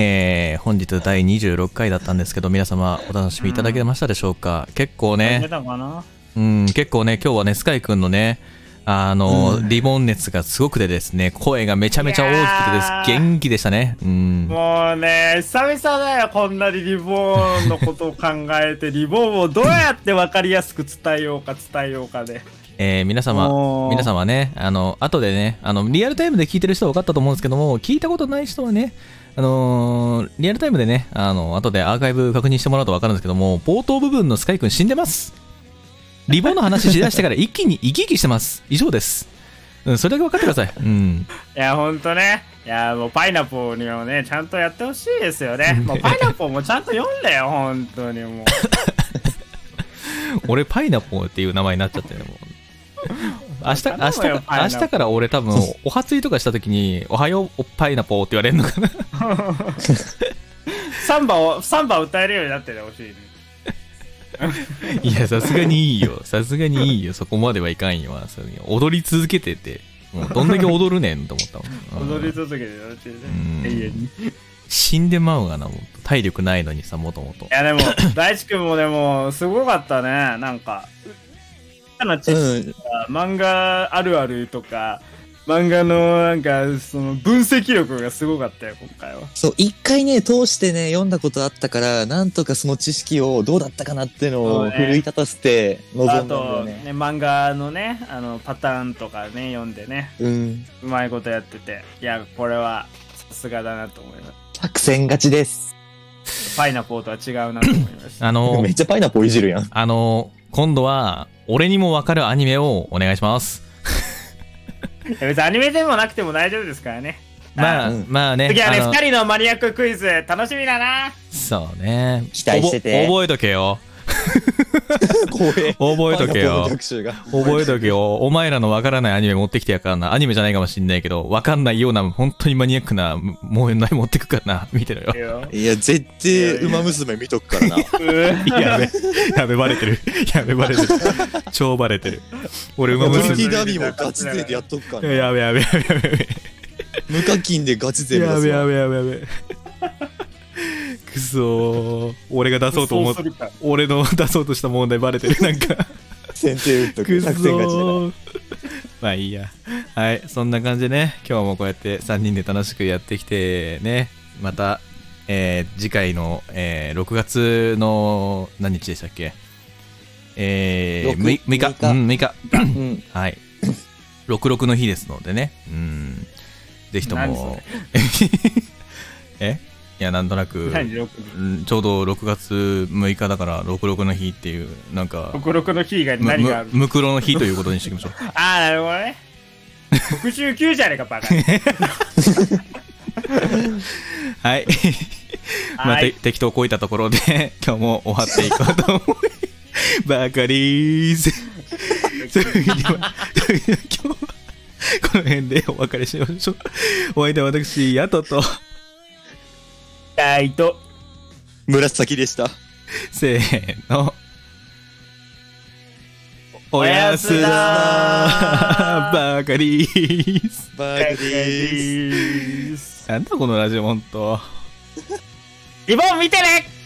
S1: えー本日第26回だったんですけど、皆様お楽しみいただけましたでしょうか結構ね、
S2: たかな
S1: うん、結構ね、今日はね、スカイくんのね、あの、リボン熱がすごくてですね、声がめちゃめちゃ大きく
S2: い
S1: てで
S2: や
S1: す。
S2: ー
S1: 元気でしたね。うん。
S2: もうね、久々だよ、こんなにリボーンのことを考えて、リボーンをどうやって分かりやすく伝えようか伝えようかで。
S1: えー皆様
S2: お、ー
S1: 皆様ね、あの、後でね、あの、リアルタイムで聞いてる人は分かったと思うんですけども、聞いたことない人はね、あのーリアルタイムでね、あの、後でアーカイブ確認してもらうと分かるんですけども、冒頭部分のスカイくん死んでます。リボンの話しだしてから一気に生き生きしてます。以上です。うん、それだけ分かってください。うん。
S2: いや、ほんとね。いや、もうパイナポーにはね、ちゃんとやってほしいですよね。もうパイナポーもちゃんと読んでよ、ほんとにもう。
S1: 俺パイナポーっていう名前になっちゃって るもう明日
S2: 頼
S1: 明
S2: むよ
S1: 日か
S2: パイナポ
S1: 明
S2: ー
S1: 日から俺多分お初いとかした時に「おはようおパイナポー」って言われるの かな
S2: サンバを、サンバ歌えるようになっててほしいね。
S1: いやさすがにいいよさすがにいいよそこまではいかんよそれに踊り続けててもうどんだけ踊るねんと思ったもん、
S2: 踊
S1: う
S2: り
S1: ん
S2: 続けてほしいね
S1: う
S2: 永
S1: ん。
S2: 遠に。い
S1: 死んでまうがなもう体力ないのにさもともと
S2: や、でも、大地君もでも、すごかったね、なんか。あの知
S3: うん。
S2: 漫画あるあるとか漫画のなんかその分析力がすごかったよ今回は
S3: そう、一回ね、通してね、読んだことあったから、なんとかその知識をどうだったかなっていうの
S2: そう
S3: を
S2: ね
S3: 奮い立たせて臨んだ
S2: あ
S3: んだよ
S2: と
S3: ね。
S2: ね漫画のねあのパターンとかね読んでね
S3: うん。
S2: うまいことやってていやこれはさすがだなと思いま
S3: 作戦勝ちです。
S2: すパイナポーとは違うなと思いました
S1: あの
S3: めっちゃパイナポーいじるや ん。
S1: あの今度は俺にも分かるアニメをお願いします
S2: いや別にアニメでもなくても大丈夫ですからね
S1: まあ、
S3: うん
S1: まあね
S2: 次はね
S1: あの
S2: 2人のマニアッククイズ楽しみだな
S1: そうね
S3: 期待してて
S1: 覚え覚えとけよ
S3: 光栄。
S1: 覚えとけ
S3: パイナポーの
S1: よ
S3: 逆襲が。
S1: 覚えとけよ。お前らのわからないアニメ持ってきてやからな。アニメじゃないかもしんないけど、わかんないような、本当にマニアックな、もう何持ってくからな。見てろよ
S2: いい。よ
S3: いや、絶対、ウマ娘見とくからな。
S1: やべ、やべ、バレてる。やべ、バレてる。超バレてる。俺、馬
S3: トリ
S2: 娘
S3: ニティ
S1: 娘。
S3: ダービーもガチ勢でやっとくからな。
S1: やべやべやべやべや
S3: 無課金でガチ勢
S1: べ
S3: 目
S1: や
S3: 指
S1: べ
S3: すわ
S1: やべやべやべくそー俺が出そうと思っ
S2: そうするか
S1: 俺の出そうとした問題バレてるなんか
S3: 先手打っと
S1: く
S3: く。
S1: そ
S3: 作戦勝ちだから。
S1: ーまあいいやはいそんな感じでね今日もこうやって3人で楽しくやってきてねまた、えー次回の、えー6月の何日でしたっけえー、
S3: 六
S1: 6, 日
S3: 六日
S1: うん6日
S3: うん。
S1: はい66の日ですのでねうんぜひと
S2: 何
S1: も
S2: そ
S1: えいやなんとなく
S2: 何6
S1: うんちょうど6月6日だから66の日っていうなんか
S2: 66の日以外に
S1: む
S2: 何があ
S1: む
S2: る
S1: むくろの日ということにしていきましょう
S2: ああなるほど ね69じゃねえかバカ
S1: はい。まあ、
S2: はい
S1: て適当こいたところで、 今日も終わっていこうと思い、バカリ ーズ。というわけでは、というわけでは今日は、この辺でお別れしましょう。お相手は私、ヤトと、
S2: 痛いと
S3: 紫でした。
S1: せーの。お
S2: お
S1: や
S2: や
S1: す
S2: す
S1: だ
S2: だー
S1: バカリーズ。
S3: バ
S2: リ
S3: ーグです。
S2: ーズ
S1: なんだこのラジオ、ほんと。
S2: リボン見てね